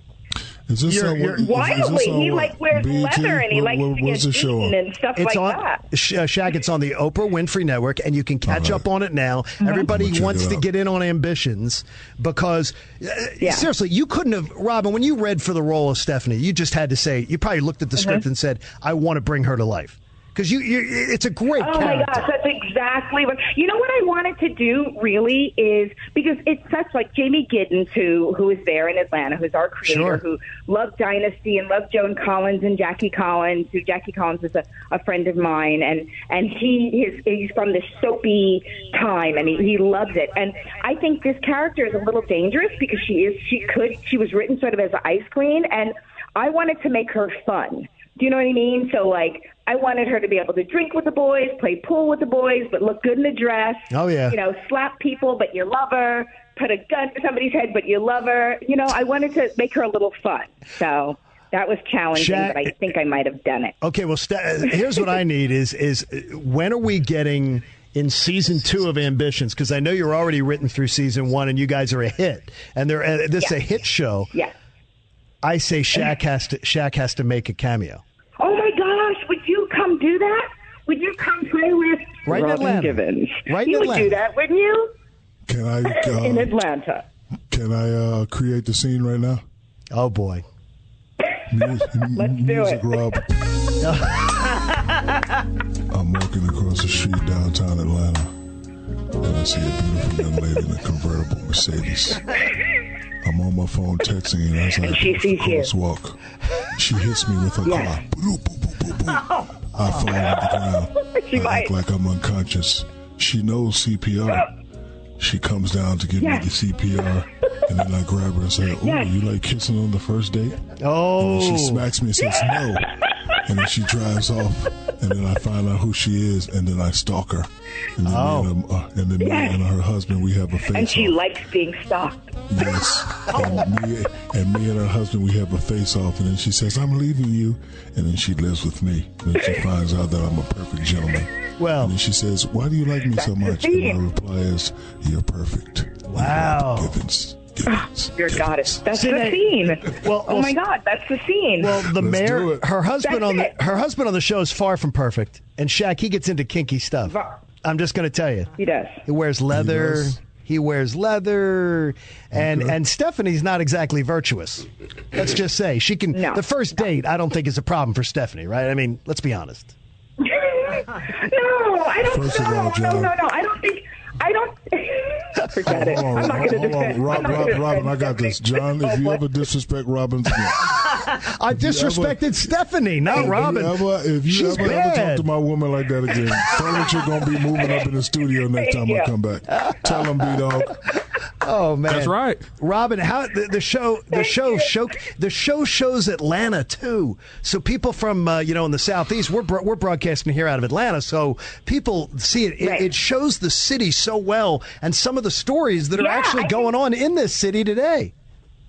Speaker 4: Is this
Speaker 3: You're-
Speaker 4: how-
Speaker 3: you're-
Speaker 4: is this
Speaker 10: Wildly,
Speaker 4: how
Speaker 10: he like wears
Speaker 4: BET?
Speaker 10: leather and he
Speaker 4: What-
Speaker 10: likes
Speaker 4: what-
Speaker 10: to
Speaker 4: what's
Speaker 10: get
Speaker 4: the show
Speaker 10: beaten
Speaker 4: on?
Speaker 10: and stuff
Speaker 3: It's
Speaker 10: like
Speaker 3: on
Speaker 10: that.
Speaker 3: Sh- uh, Shaq. It's on the Oprah Winfrey Network, and you can catch
Speaker 4: Uh-huh.
Speaker 3: up on it now.
Speaker 10: Mm-hmm.
Speaker 3: Everybody
Speaker 4: Check it
Speaker 3: wants to
Speaker 4: out.
Speaker 3: get in on ambitions because uh,
Speaker 10: Yeah.
Speaker 3: seriously, you couldn't have Robin when you read for the role of Stephanie. You just had to say you probably looked at the
Speaker 10: Mm-hmm.
Speaker 3: script and said, "I want to bring her to life." Because you, you, it's a great
Speaker 10: Oh
Speaker 3: character.
Speaker 10: my gosh, that's exactly what. You know what I wanted to do really is because it's such like Jamie Giddens who who is there in Atlanta, who's our creator,
Speaker 3: Sure.
Speaker 10: who loved Dynasty and loved Joan Collins and Jackie Collins. Who Jackie Collins is a, a friend of mine, and and he is he's from the soapy time, and he, he loves it. And I think this character is a little dangerous because she is she could she was written sort of as an ice queen, and I wanted to make her fun. Do you know what I mean? So like I wanted her to be able to drink with the boys, play pool with the boys, but look good in a dress.
Speaker 3: Oh, yeah.
Speaker 10: You know, slap people but your lover, put a gun to somebody's head but your lover. You know, I wanted to make her a little fun. So that was challenging,
Speaker 3: Shaq-
Speaker 10: but I think I might have done it.
Speaker 3: Okay, well, st- here's what I need is is uh, when are we getting in season two of Ambitions? Because I know you're already written through season one, and you guys are a hit, and they're uh, this is a hit show.
Speaker 10: Yes.
Speaker 3: I say Shaq has to Shaq has to make a cameo.
Speaker 10: Oh my gosh, would you come do that? Would you come play with
Speaker 3: Right in
Speaker 10: Robin
Speaker 3: Atlanta.
Speaker 10: Givens?
Speaker 3: Right in
Speaker 10: you would
Speaker 3: Atlanta.
Speaker 10: do that, wouldn't you?
Speaker 4: Can I
Speaker 10: In
Speaker 4: uh,
Speaker 10: Atlanta.
Speaker 4: can I uh, create the scene right now?
Speaker 3: Oh boy.
Speaker 4: Let's
Speaker 10: do
Speaker 4: Music,
Speaker 10: it.
Speaker 4: Rob. I'm walking across the street downtown Atlanta, and I see a beautiful young lady in a convertible Mercedes. I'm on my phone texting, and as I
Speaker 10: And she
Speaker 4: approach the
Speaker 10: sees you.
Speaker 4: crosswalk, she hits me with her
Speaker 10: Yes. Oh.
Speaker 4: car. Boop, boop, boop, boop, boop. I fall on the ground.
Speaker 10: She
Speaker 4: I
Speaker 10: might.
Speaker 4: act like I'm unconscious. She knows CPR. She comes down to give
Speaker 10: Oh. Yes.
Speaker 4: me the CPR, and then I grab her and say, "Oh,
Speaker 10: Yes.
Speaker 4: you like kissing on the first date?"
Speaker 3: Oh,
Speaker 4: And then she smacks me and says, "No," and then she drives off. And then I find out who she is, and then I stalk her. And then, me, and, her, uh, and, then me
Speaker 10: Yes.
Speaker 4: and her husband, we have a face.
Speaker 10: Oh. and she
Speaker 4: off.
Speaker 10: likes being stalked.
Speaker 4: Yes. And me, and me and her husband, we have a face off, and then she says, I'm leaving you. And then she lives with me. And then she finds out that I'm a perfect gentleman.
Speaker 3: Well-
Speaker 4: and then she says, Why do you like me so much? And
Speaker 10: theme.
Speaker 4: my reply is, You're perfect.
Speaker 3: Wow.
Speaker 4: Givens. Givens.
Speaker 10: Dear goddess, that's the
Speaker 3: Sinead-
Speaker 10: scene.
Speaker 3: Well,
Speaker 10: oh
Speaker 3: well,
Speaker 10: my God, that's the scene.
Speaker 3: Well,
Speaker 4: Let's do
Speaker 3: the mayor,
Speaker 4: it.
Speaker 3: her husband
Speaker 10: That's
Speaker 3: on the
Speaker 10: it.
Speaker 3: her husband on the show is far from perfect, and Shaq he gets into kinky stuff. I'm just going to tell you,
Speaker 10: he does.
Speaker 3: he wears leather.
Speaker 4: does?
Speaker 3: He wears leather, and and Stephanie's not exactly virtuous. Let's just say she can.
Speaker 10: No.
Speaker 3: the first date, I don't think is a problem for Stephanie, right? I mean, let's be honest.
Speaker 10: no, I don't
Speaker 4: First of
Speaker 10: know.
Speaker 4: all, John-
Speaker 10: no, no, no. I don't think. I don't. Forget it.
Speaker 4: Hold
Speaker 10: I'm
Speaker 4: on,
Speaker 10: not going to
Speaker 4: hold on.
Speaker 10: defend.
Speaker 4: Rob,
Speaker 10: I'm not
Speaker 4: Rob, Robin,
Speaker 10: gonna defend Oh,
Speaker 4: I got this.
Speaker 10: Stephanie.
Speaker 4: John, if you ever disrespect Robin again,
Speaker 3: I
Speaker 4: If you ever-
Speaker 3: disrespected Stephanie, not Robin.
Speaker 4: If you ever, if you
Speaker 3: She's
Speaker 4: ever, ever
Speaker 3: bad.
Speaker 4: talk to my woman like that again, tell her that you're going to be moving up in the studio next time I
Speaker 10: Yeah.
Speaker 4: come back. Tell him, B-Dog.
Speaker 3: Oh man,
Speaker 8: That's right.
Speaker 3: Robin. How the, the show? The show show the show shows Atlanta too. So people from uh, you know in the southeast, we're bro- we're broadcasting here out of Atlanta. So people see it. It,
Speaker 10: Right.
Speaker 3: it shows the city so well, and some of the stories that are
Speaker 10: Yeah,
Speaker 3: actually
Speaker 10: I
Speaker 3: going
Speaker 10: think-
Speaker 3: on in this city today.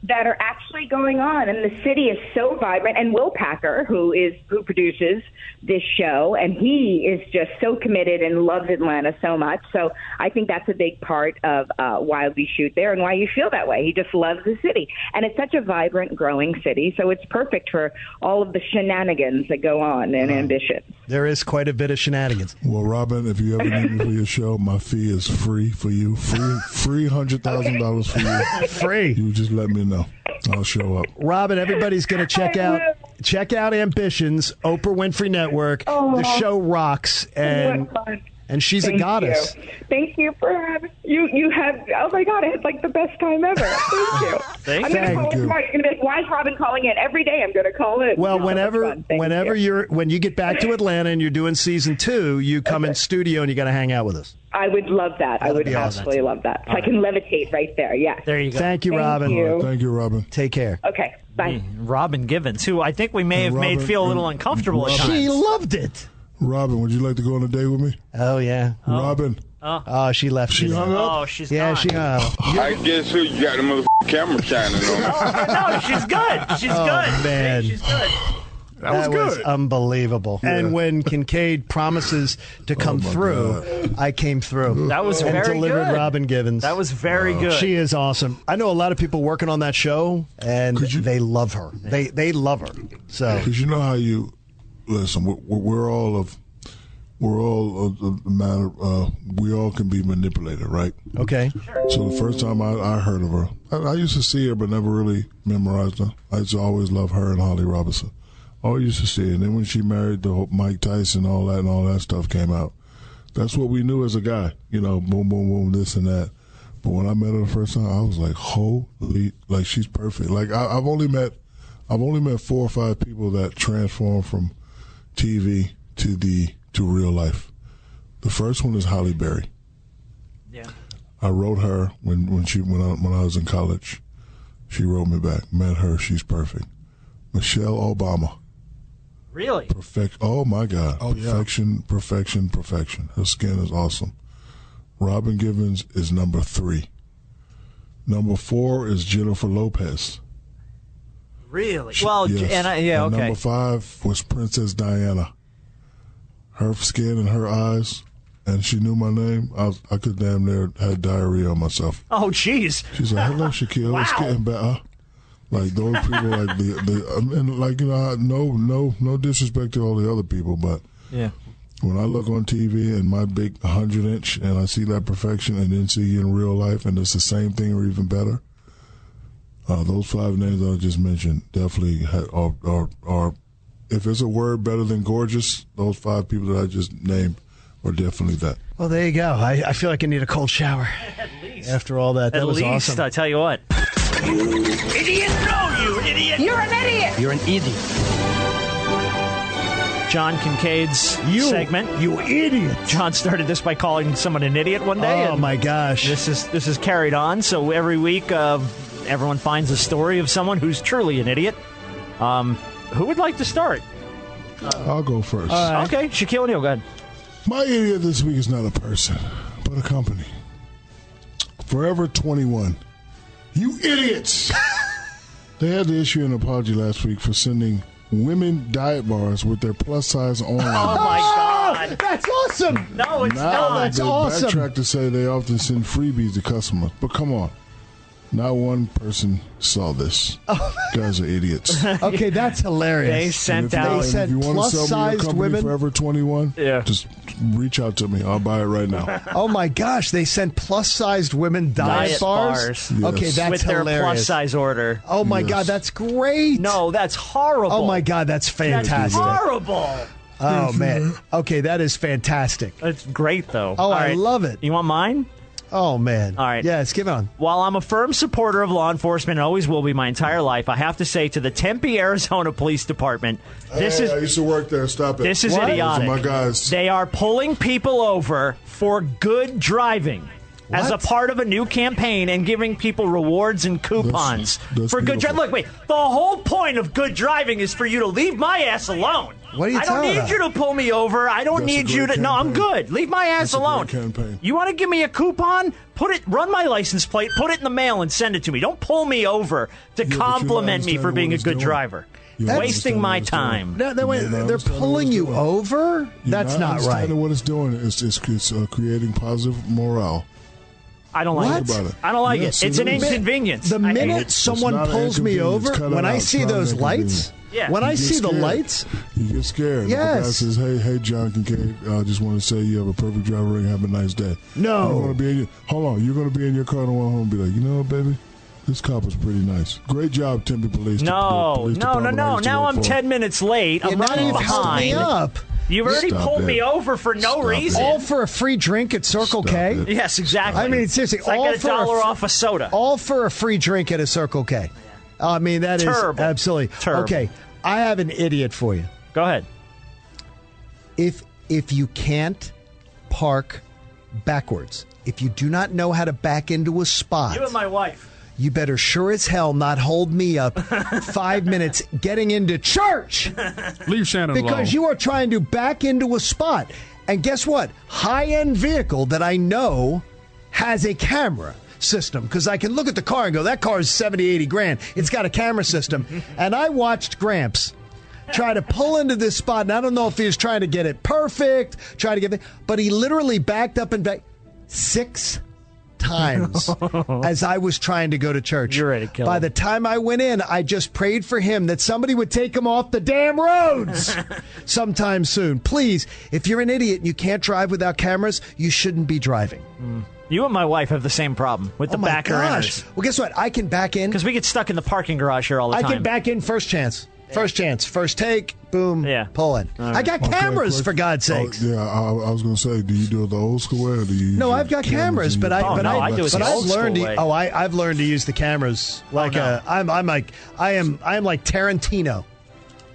Speaker 10: that are actually going on, and the city is so vibrant. And Will Packer, who is who produces this show, and he is just so committed and loves Atlanta so much. So I think that's a big part of uh, why we shoot there and why you feel that way. He just loves the city, and it's such a vibrant, growing city. So it's perfect for all of the shenanigans that go on in Ambition.
Speaker 3: There is quite a bit of shenanigans.
Speaker 4: Well, Robin, if you ever need me for your show, my fee is free for you. Free, free hundred thousand dollars for you.
Speaker 3: Free.
Speaker 4: You just let me know. I'll show up.
Speaker 3: Robin, everybody's going to check
Speaker 10: I
Speaker 3: out
Speaker 10: will.
Speaker 3: check out Ambitions, Oprah Winfrey Network.
Speaker 10: Oh.
Speaker 3: the show rocks, and
Speaker 10: What fun.
Speaker 3: and she's a
Speaker 10: Thank
Speaker 3: goddess.
Speaker 10: You. Thank you for having you. You have oh my god, I had like the best time ever. Thank you.
Speaker 5: Thank
Speaker 10: I'm gonna
Speaker 3: you.
Speaker 10: call in tomorrow. You're gonna be like, why is Robin calling in every day? I'm gonna call in.
Speaker 3: Well,
Speaker 10: Oh,
Speaker 3: whenever
Speaker 10: that's fun. Thank
Speaker 3: whenever
Speaker 10: you.
Speaker 3: are when you get back to Atlanta and you're doing season two, you come in studio and you got to hang out with us.
Speaker 10: I would love that. I would
Speaker 3: be awesome.
Speaker 10: absolutely love that. So I can levitate right there. Yes.
Speaker 5: There you go.
Speaker 3: Thank you,
Speaker 10: Thank
Speaker 3: Robin.
Speaker 10: you.
Speaker 4: Thank you, Robin.
Speaker 3: Take care.
Speaker 10: Okay. Bye.
Speaker 5: Mm. Robin Givens, who I think we may have
Speaker 4: And
Speaker 5: made
Speaker 4: Robin-
Speaker 5: feel a little
Speaker 4: and
Speaker 5: uncomfortable at
Speaker 4: Robin-
Speaker 3: She
Speaker 5: times.
Speaker 3: loved it.
Speaker 4: Robin, would you like to go on a date with me?
Speaker 3: Oh yeah.
Speaker 4: Robin,
Speaker 3: Oh, she left.
Speaker 4: she
Speaker 3: you there.
Speaker 4: hung up.
Speaker 5: Oh, she's
Speaker 3: yeah,
Speaker 5: gone.
Speaker 3: she hung up.
Speaker 11: I guess who you got the motherfucking camera shining on.
Speaker 5: no, she's good. She's good.
Speaker 3: Oh, man.
Speaker 5: She's good.
Speaker 8: That, was
Speaker 3: That was
Speaker 8: good.
Speaker 3: unbelievable. And when Kincaid promises to come
Speaker 4: my
Speaker 3: through, I came through.
Speaker 5: That was
Speaker 3: and
Speaker 5: very
Speaker 3: delivered
Speaker 5: good.
Speaker 3: Robin Givens. Uh,
Speaker 5: That was very good.
Speaker 3: Oh, She is awesome. I know a lot of people working on that show, and they love her. They they love her. So
Speaker 4: because you know how you listen. We're, we're all of we're all of the matter. Uh, we all can be manipulated, right?
Speaker 3: okay,
Speaker 4: So the first time I, I heard of her, I, I used to see her but never really memorized her. I used to always love her and Holly Robinson. Always used to see her. And then when she married the whole Mike Tyson, all that and all that stuff came out. That's what we knew as a guy, you know, boom, boom, boom, this and that. But when I met her the first time, I was like, holy, like she's perfect. Like I, I've only met, I've only met four or five people that transform from TV to the to real life. The first one is Holly Berry.
Speaker 5: Yeah.
Speaker 4: I wrote her when, when she when I, when I was in college. She wrote me back. Met her. She's perfect. Michelle Obama.
Speaker 5: Really?
Speaker 4: Perfect. Oh my God.
Speaker 7: Oh, yeah.
Speaker 4: Perfection. Perfection. Perfection. Her skin is awesome. Robin Givens is number three. Number four is Jennifer Lopez.
Speaker 5: Really? Well,
Speaker 4: Yes.
Speaker 5: and I, yeah,
Speaker 4: And
Speaker 5: okay.
Speaker 4: Number five was Princess Diana. Her skin and her eyes, and she knew my name. I, was, I could damn near had diarrhea on myself.
Speaker 5: Oh, jeez.
Speaker 4: She's like, "Hello, Shaquille. It's getting better." Like those people, like the the, I mean, like you know, I- no, no, no disrespect to all the other people, but
Speaker 5: Yeah.
Speaker 4: when I look on TV and my big hundred inch, and I see that perfection, and then see you in real life, and it's the same thing or even better. Uh, those five names I just mentioned definitely ha- are, are are if it's a word better than gorgeous, those five people that I just named are definitely that.
Speaker 3: Well, there you go. I, I feel like I need a cold shower. At least. After all that, that
Speaker 5: At
Speaker 3: was
Speaker 5: least
Speaker 3: awesome.
Speaker 5: I tell you what.
Speaker 6: Idiot! No, you idiot!
Speaker 10: You're an idiot.
Speaker 3: You're an idiot.
Speaker 5: John Kincaid's segment.
Speaker 3: You idiot!
Speaker 5: John started this by calling someone an idiot one day.
Speaker 3: Oh, my gosh!
Speaker 5: This is this is carried on. So every week, uh, everyone finds a story of someone who's truly an idiot. Um, who would like to start?
Speaker 4: I'll go first.
Speaker 5: Okay, Shaquille O'Neal, go ahead.
Speaker 4: My idiot this week is not a person, but a company. Forever 21. You idiots! they had to issue an apology last week for sending women diet bars with their plus size on.
Speaker 5: Oh my God!
Speaker 3: That's awesome.
Speaker 5: No, it's
Speaker 4: Now
Speaker 5: not.
Speaker 4: they backtrack to say they often send freebies to customers, but come on. Not one person saw this. Guys are idiots. And
Speaker 3: Okay, that's hilarious.
Speaker 5: They sent
Speaker 4: you-
Speaker 5: out.
Speaker 3: They sent
Speaker 4: you want to sell me your
Speaker 3: plus-sized
Speaker 4: company
Speaker 3: women-
Speaker 4: Forever 21,
Speaker 5: Yeah.
Speaker 4: just reach out to me. I'll buy it right now.
Speaker 3: Oh my gosh, they sent plus sized women diet,
Speaker 5: Diet bars.
Speaker 3: bars.
Speaker 5: Yes.
Speaker 3: Okay, that's
Speaker 5: with their
Speaker 3: hilarious.
Speaker 5: plus size order.
Speaker 3: Oh my
Speaker 4: Yes.
Speaker 3: god, that's great.
Speaker 5: No, that's horrible.
Speaker 3: Oh my god, that's
Speaker 5: that's
Speaker 3: fantastic.
Speaker 5: horrible.
Speaker 3: oh man. Okay, that is fantastic.
Speaker 5: It's great though.
Speaker 3: Oh, I love it.
Speaker 5: You want mine?
Speaker 3: Oh man.
Speaker 5: All right.
Speaker 3: Yes, give it on.
Speaker 5: While I'm a firm supporter of law enforcement and always will be my entire life, I have to say to the Tempe, Arizona Police Department, this
Speaker 4: Hey, I
Speaker 5: is
Speaker 4: used to work there. Stop it.
Speaker 5: this is
Speaker 4: Those are
Speaker 5: idiotic.
Speaker 4: my guys.
Speaker 5: They are pulling people over for good driving. As a
Speaker 3: What?
Speaker 5: part of a new campaign and giving people rewards and coupons
Speaker 4: That's- that's
Speaker 5: for good
Speaker 4: beautiful.
Speaker 5: driving. Look, wait. The whole point of good driving is for you to leave my ass alone.
Speaker 3: What are you
Speaker 5: I don't
Speaker 3: talking
Speaker 5: need
Speaker 3: about?
Speaker 5: you to pull me over. I don't
Speaker 4: That's a
Speaker 5: need you to.
Speaker 4: great
Speaker 5: No, I'm
Speaker 4: campaign.
Speaker 5: good. Leave my ass
Speaker 4: That's a great
Speaker 5: alone.
Speaker 4: campaign.
Speaker 5: You want to give me a coupon? Put it. Run my license plate. Put it in the mail and send it to me. Don't pull me over to
Speaker 4: but you don't
Speaker 5: compliment me for
Speaker 4: understand
Speaker 5: being
Speaker 4: what
Speaker 5: a
Speaker 4: he's
Speaker 5: good
Speaker 4: doing.
Speaker 5: driver.
Speaker 4: You don't
Speaker 5: Wasting
Speaker 4: understand
Speaker 5: my
Speaker 4: what he's doing.
Speaker 5: time.
Speaker 3: No, no, wait,
Speaker 4: You're not
Speaker 3: they're
Speaker 4: understanding
Speaker 3: pulling
Speaker 4: what
Speaker 3: you
Speaker 4: it's doing.
Speaker 3: over?
Speaker 4: You're
Speaker 3: That's not right.
Speaker 4: understanding What it's doing is it's, it's uh, creating positive morale.
Speaker 5: I don't like
Speaker 3: What?
Speaker 5: it. I don't like
Speaker 4: Yes,
Speaker 5: it. It's
Speaker 4: it
Speaker 5: an
Speaker 4: is.
Speaker 5: inconvenience.
Speaker 3: The
Speaker 5: I hate
Speaker 3: minute
Speaker 5: it.
Speaker 4: It's
Speaker 3: someone
Speaker 4: not
Speaker 3: pulls me
Speaker 4: inconvenient.
Speaker 3: over,
Speaker 4: Cut it
Speaker 3: when I
Speaker 4: out.
Speaker 3: see
Speaker 4: It's not
Speaker 3: those lights,
Speaker 4: inconvenient.
Speaker 5: Yeah.
Speaker 3: when
Speaker 5: You
Speaker 3: I
Speaker 4: You get
Speaker 3: see the
Speaker 4: scared.
Speaker 3: lights,
Speaker 4: You get scared.
Speaker 3: Yes.
Speaker 4: The guy says, "Hey, hey, John Kincaid, I just want to say you have a perfect driver rating. Have a nice day."
Speaker 3: No.
Speaker 4: You're gonna be in your, hold on. You're gonna be in your car and walk home and be like, you know, what, baby, this cop is pretty nice. Great job, Tempe Police. The
Speaker 5: No,
Speaker 4: police
Speaker 5: no, no,
Speaker 4: department I
Speaker 5: no.
Speaker 4: used to
Speaker 5: Now
Speaker 4: work
Speaker 5: I'm
Speaker 4: for.
Speaker 5: 10 minutes late. I'm
Speaker 3: and now
Speaker 5: running
Speaker 3: you've held me
Speaker 5: behind.
Speaker 3: up.
Speaker 5: You've already
Speaker 4: Stop
Speaker 5: pulled
Speaker 4: it.
Speaker 5: me over for no
Speaker 4: Stop it.
Speaker 5: reason.
Speaker 3: All for a free drink at Circle
Speaker 4: Stop
Speaker 3: K.
Speaker 4: it.
Speaker 5: yes, exactly.
Speaker 3: I mean, seriously,
Speaker 5: it's like
Speaker 3: all
Speaker 5: a
Speaker 3: for a
Speaker 5: dollar
Speaker 3: f-
Speaker 5: off a soda.
Speaker 3: all for a free drink at a Circle K. I mean, that is
Speaker 5: Terrible.
Speaker 3: absolutely
Speaker 5: Terrible.
Speaker 3: okay. I have an idiot for you.
Speaker 5: Go ahead.
Speaker 3: If if you can't park backwards, if you do not know how to back into a spot,
Speaker 5: You and my wife.
Speaker 3: you better sure as hell not hold me up five minutes getting into church
Speaker 8: Leave Shannon alone.
Speaker 3: because you are trying to back into a spot. And guess what? High end vehicle that I know has a camera system because I can look at the car and go, that car is 70, 80 grand. It's got a camera system. and I watched Gramps try to pull into this spot, and I don't know if he was trying to get it perfect, trying to get it, but he literally backed up and back six times as I was trying to go to church.
Speaker 5: You're ready to kill
Speaker 3: By
Speaker 5: him.
Speaker 3: the time I went in, I just prayed for him that somebody would take him off the damn roads sometime soon. Please, if you're an idiot and you can't drive without cameras, you shouldn't be driving.
Speaker 5: You and my wife have the same problem with the
Speaker 3: oh my
Speaker 5: backer
Speaker 3: gosh. Well, guess what? I can back in.
Speaker 5: Because we get stuck in the parking garage here all the
Speaker 3: I
Speaker 5: time.
Speaker 3: can back in first chance. First chance, first take, boom,
Speaker 5: Yeah.
Speaker 3: pull in. I got
Speaker 4: Okay,
Speaker 3: cameras
Speaker 4: quick.
Speaker 3: for God's
Speaker 4: Oh,
Speaker 3: sakes.
Speaker 4: yeah, I, I was gonna say, do you do it the old school way or do you?
Speaker 3: No,
Speaker 4: use
Speaker 3: I've got cameras,
Speaker 4: and
Speaker 3: but I
Speaker 4: you-
Speaker 5: Oh,
Speaker 3: but
Speaker 5: no,
Speaker 3: I,
Speaker 5: I do it
Speaker 3: but
Speaker 5: the
Speaker 3: I've
Speaker 5: old school
Speaker 3: learned to,
Speaker 5: way. Oh,
Speaker 3: oh I I've learned to use the cameras like
Speaker 5: no.
Speaker 3: uh, I'm I'm like I am I am like Tarantino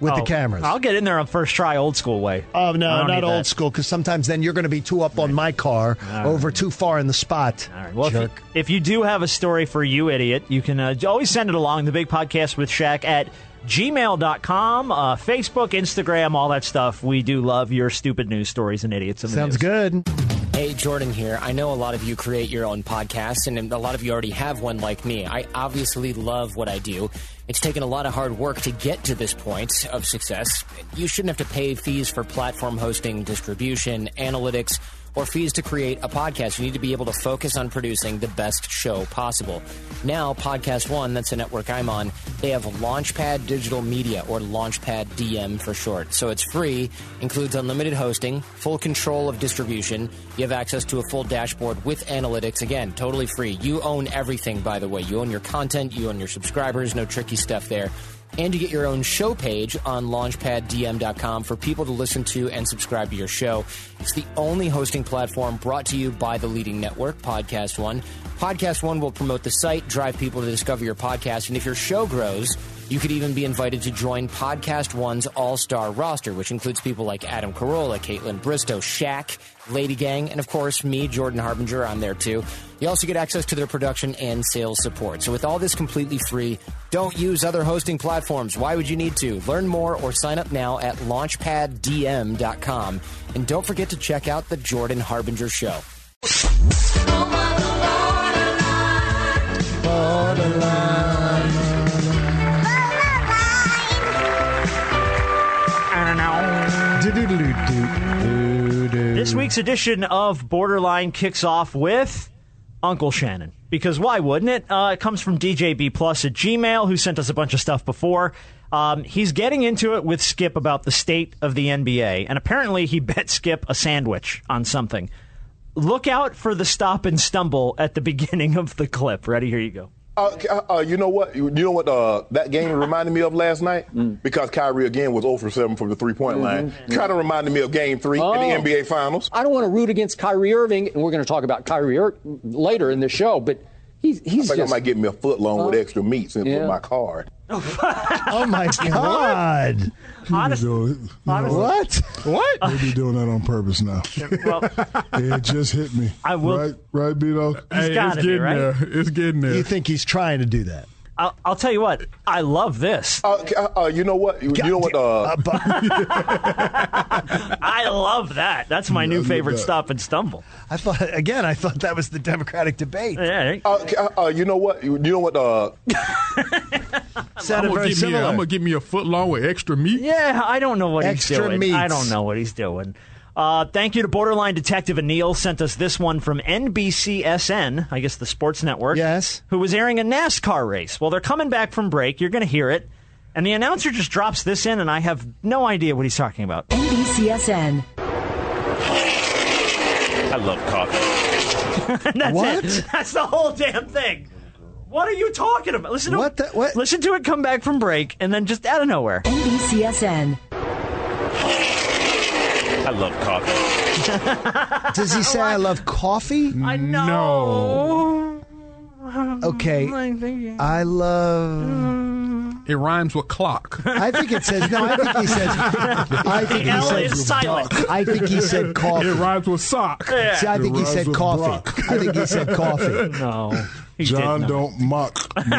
Speaker 3: with the
Speaker 5: Oh,
Speaker 3: cameras.
Speaker 5: I'll get in there on first try, old school way.
Speaker 3: Oh
Speaker 5: I
Speaker 3: no,
Speaker 5: don't need
Speaker 3: not
Speaker 5: that.
Speaker 3: old school. Because sometimes then you're going to be too up on my car, over too far in the spot.
Speaker 5: All right. Well, if you,
Speaker 3: jerk.
Speaker 5: if you do have a story for you, idiot, you can uh, always send it along. The Big Podcast with Shaq at gmail.com, uh, Facebook, Instagram, all that stuff. We do love your stupid news stories and idiots. in the
Speaker 3: Sounds
Speaker 5: news.
Speaker 3: good.
Speaker 12: Hey, Jordan here. I know a lot of you create your own podcasts, and a lot of you already have one like me. I obviously love what I do. It's taken a lot of hard work to get to this point of success. You shouldn't have to pay fees for platform hosting, distribution, analytics, or fees to create a podcast. You need to be able to focus on producing the best show possible. Now, Podcast One, that's the network I'm on, they have Launchpad Digital Media, or Launchpad DM for short. So it's free, includes unlimited hosting, full control of distribution. You have access to a full dashboard with analytics. Again, totally free. You own everything, by the way. You own your content, you own your subscribers, no tricky stuff there. And you get your own show page on launchpaddm.com for people to listen to and subscribe to your show. It's the only hosting platform brought to you by the leading network, Podcast One. Podcast One will promote the site, drive people to discover your podcast, and if your show grows, You could even be invited to join Podcast One's all star roster, which includes people like Adam Carolla, Caitlin Bristow, Shaq, Lady Gang, and of course me, Jordan Harbinger. I'm there too. You also get access to their production and sales support. So with all this completely free, don't use other hosting platforms. Why would you need to? Learn more or sign up now at launchpaddm.com. And don't forget to check out the Jordan Harbinger Show.
Speaker 5: This week's edition of Borderline kicks off with Uncle Shannon. Because why wouldn't it? Uh, it comes from DJB Plus at Gmail, who sent us a bunch of stuff before. Um, he's getting into it with Skip about the state of the NBA, and apparently he bet Skip a sandwich on something. Look out for the stop and stumble at the beginning of the clip. Ready? Here you go.
Speaker 13: Uh, uh, you know what? You know what? Uh, that game reminded me of last night because Kyrie again was 0 for 7 from the three point line. Kind of reminded me of Game Three in the NBA Finals.
Speaker 14: I don't want to root against Kyrie Irving, and we're going to talk about Kyrie Ir- later in the show, but he's,
Speaker 13: I
Speaker 14: he's
Speaker 13: think
Speaker 14: just.
Speaker 13: I might get me a foot long with extra meats and
Speaker 14: Yeah.
Speaker 13: put my card.
Speaker 3: Oh my God!
Speaker 5: Honest,
Speaker 3: honest- What?
Speaker 5: What?
Speaker 4: They be doing that on purpose now. it just hit me.
Speaker 5: I will-
Speaker 4: Right, right, Beto.
Speaker 5: He's Hey, gotta it's be, getting right? there.
Speaker 4: It's getting there.
Speaker 3: You think he's trying to do that?
Speaker 5: I'll, I'll tell you what. I love this.
Speaker 15: Oh.
Speaker 13: Uh, c- uh, uh, you know what? You, you know what? Uh,
Speaker 5: I love that. That's my new favorite stop and stumble.
Speaker 3: I thought again. I thought that was the Democratic debate.
Speaker 5: Yeah.
Speaker 13: uh, c- uh, uh, you know what? You, you know what? Uh,
Speaker 3: Sounded
Speaker 8: I'm gonna, get
Speaker 3: very
Speaker 8: me a,
Speaker 3: similar.
Speaker 8: I'm gonna get me a foot long with extra meat.
Speaker 5: Yeah, I don't know what he's
Speaker 8: Extra
Speaker 5: doing.
Speaker 8: meats.
Speaker 5: I don't know what he's doing. Uh, thank you to Borderline Detective Anil sent us this one from NBCSN, I guess the sports network. Yes. Who was airing a NASCAR race. Well, they're coming back from break. You're going to hear it. And the announcer just drops this in, and I have no idea what he's talking about.
Speaker 16: NBCSN.
Speaker 17: I love coffee.
Speaker 5: That's
Speaker 17: What?
Speaker 5: it. That's the whole damn thing. What are you talking about? Listen to what it. Listen to it come back from break, and then just out of nowhere.
Speaker 16: NBCSN.
Speaker 17: I love coffee.
Speaker 3: Does he say I love coffee? I
Speaker 8: know.
Speaker 3: Okay. I love.
Speaker 8: It rhymes with clock.
Speaker 3: I think it says no. I think he says. I think he
Speaker 8: L
Speaker 3: said.
Speaker 8: is silent.
Speaker 3: I think he said coffee.
Speaker 8: It rhymes with sock.
Speaker 13: Uh,
Speaker 3: See, I think he said coffee. I think he said coffee.
Speaker 5: No.
Speaker 4: John, don't mock me.
Speaker 3: Oh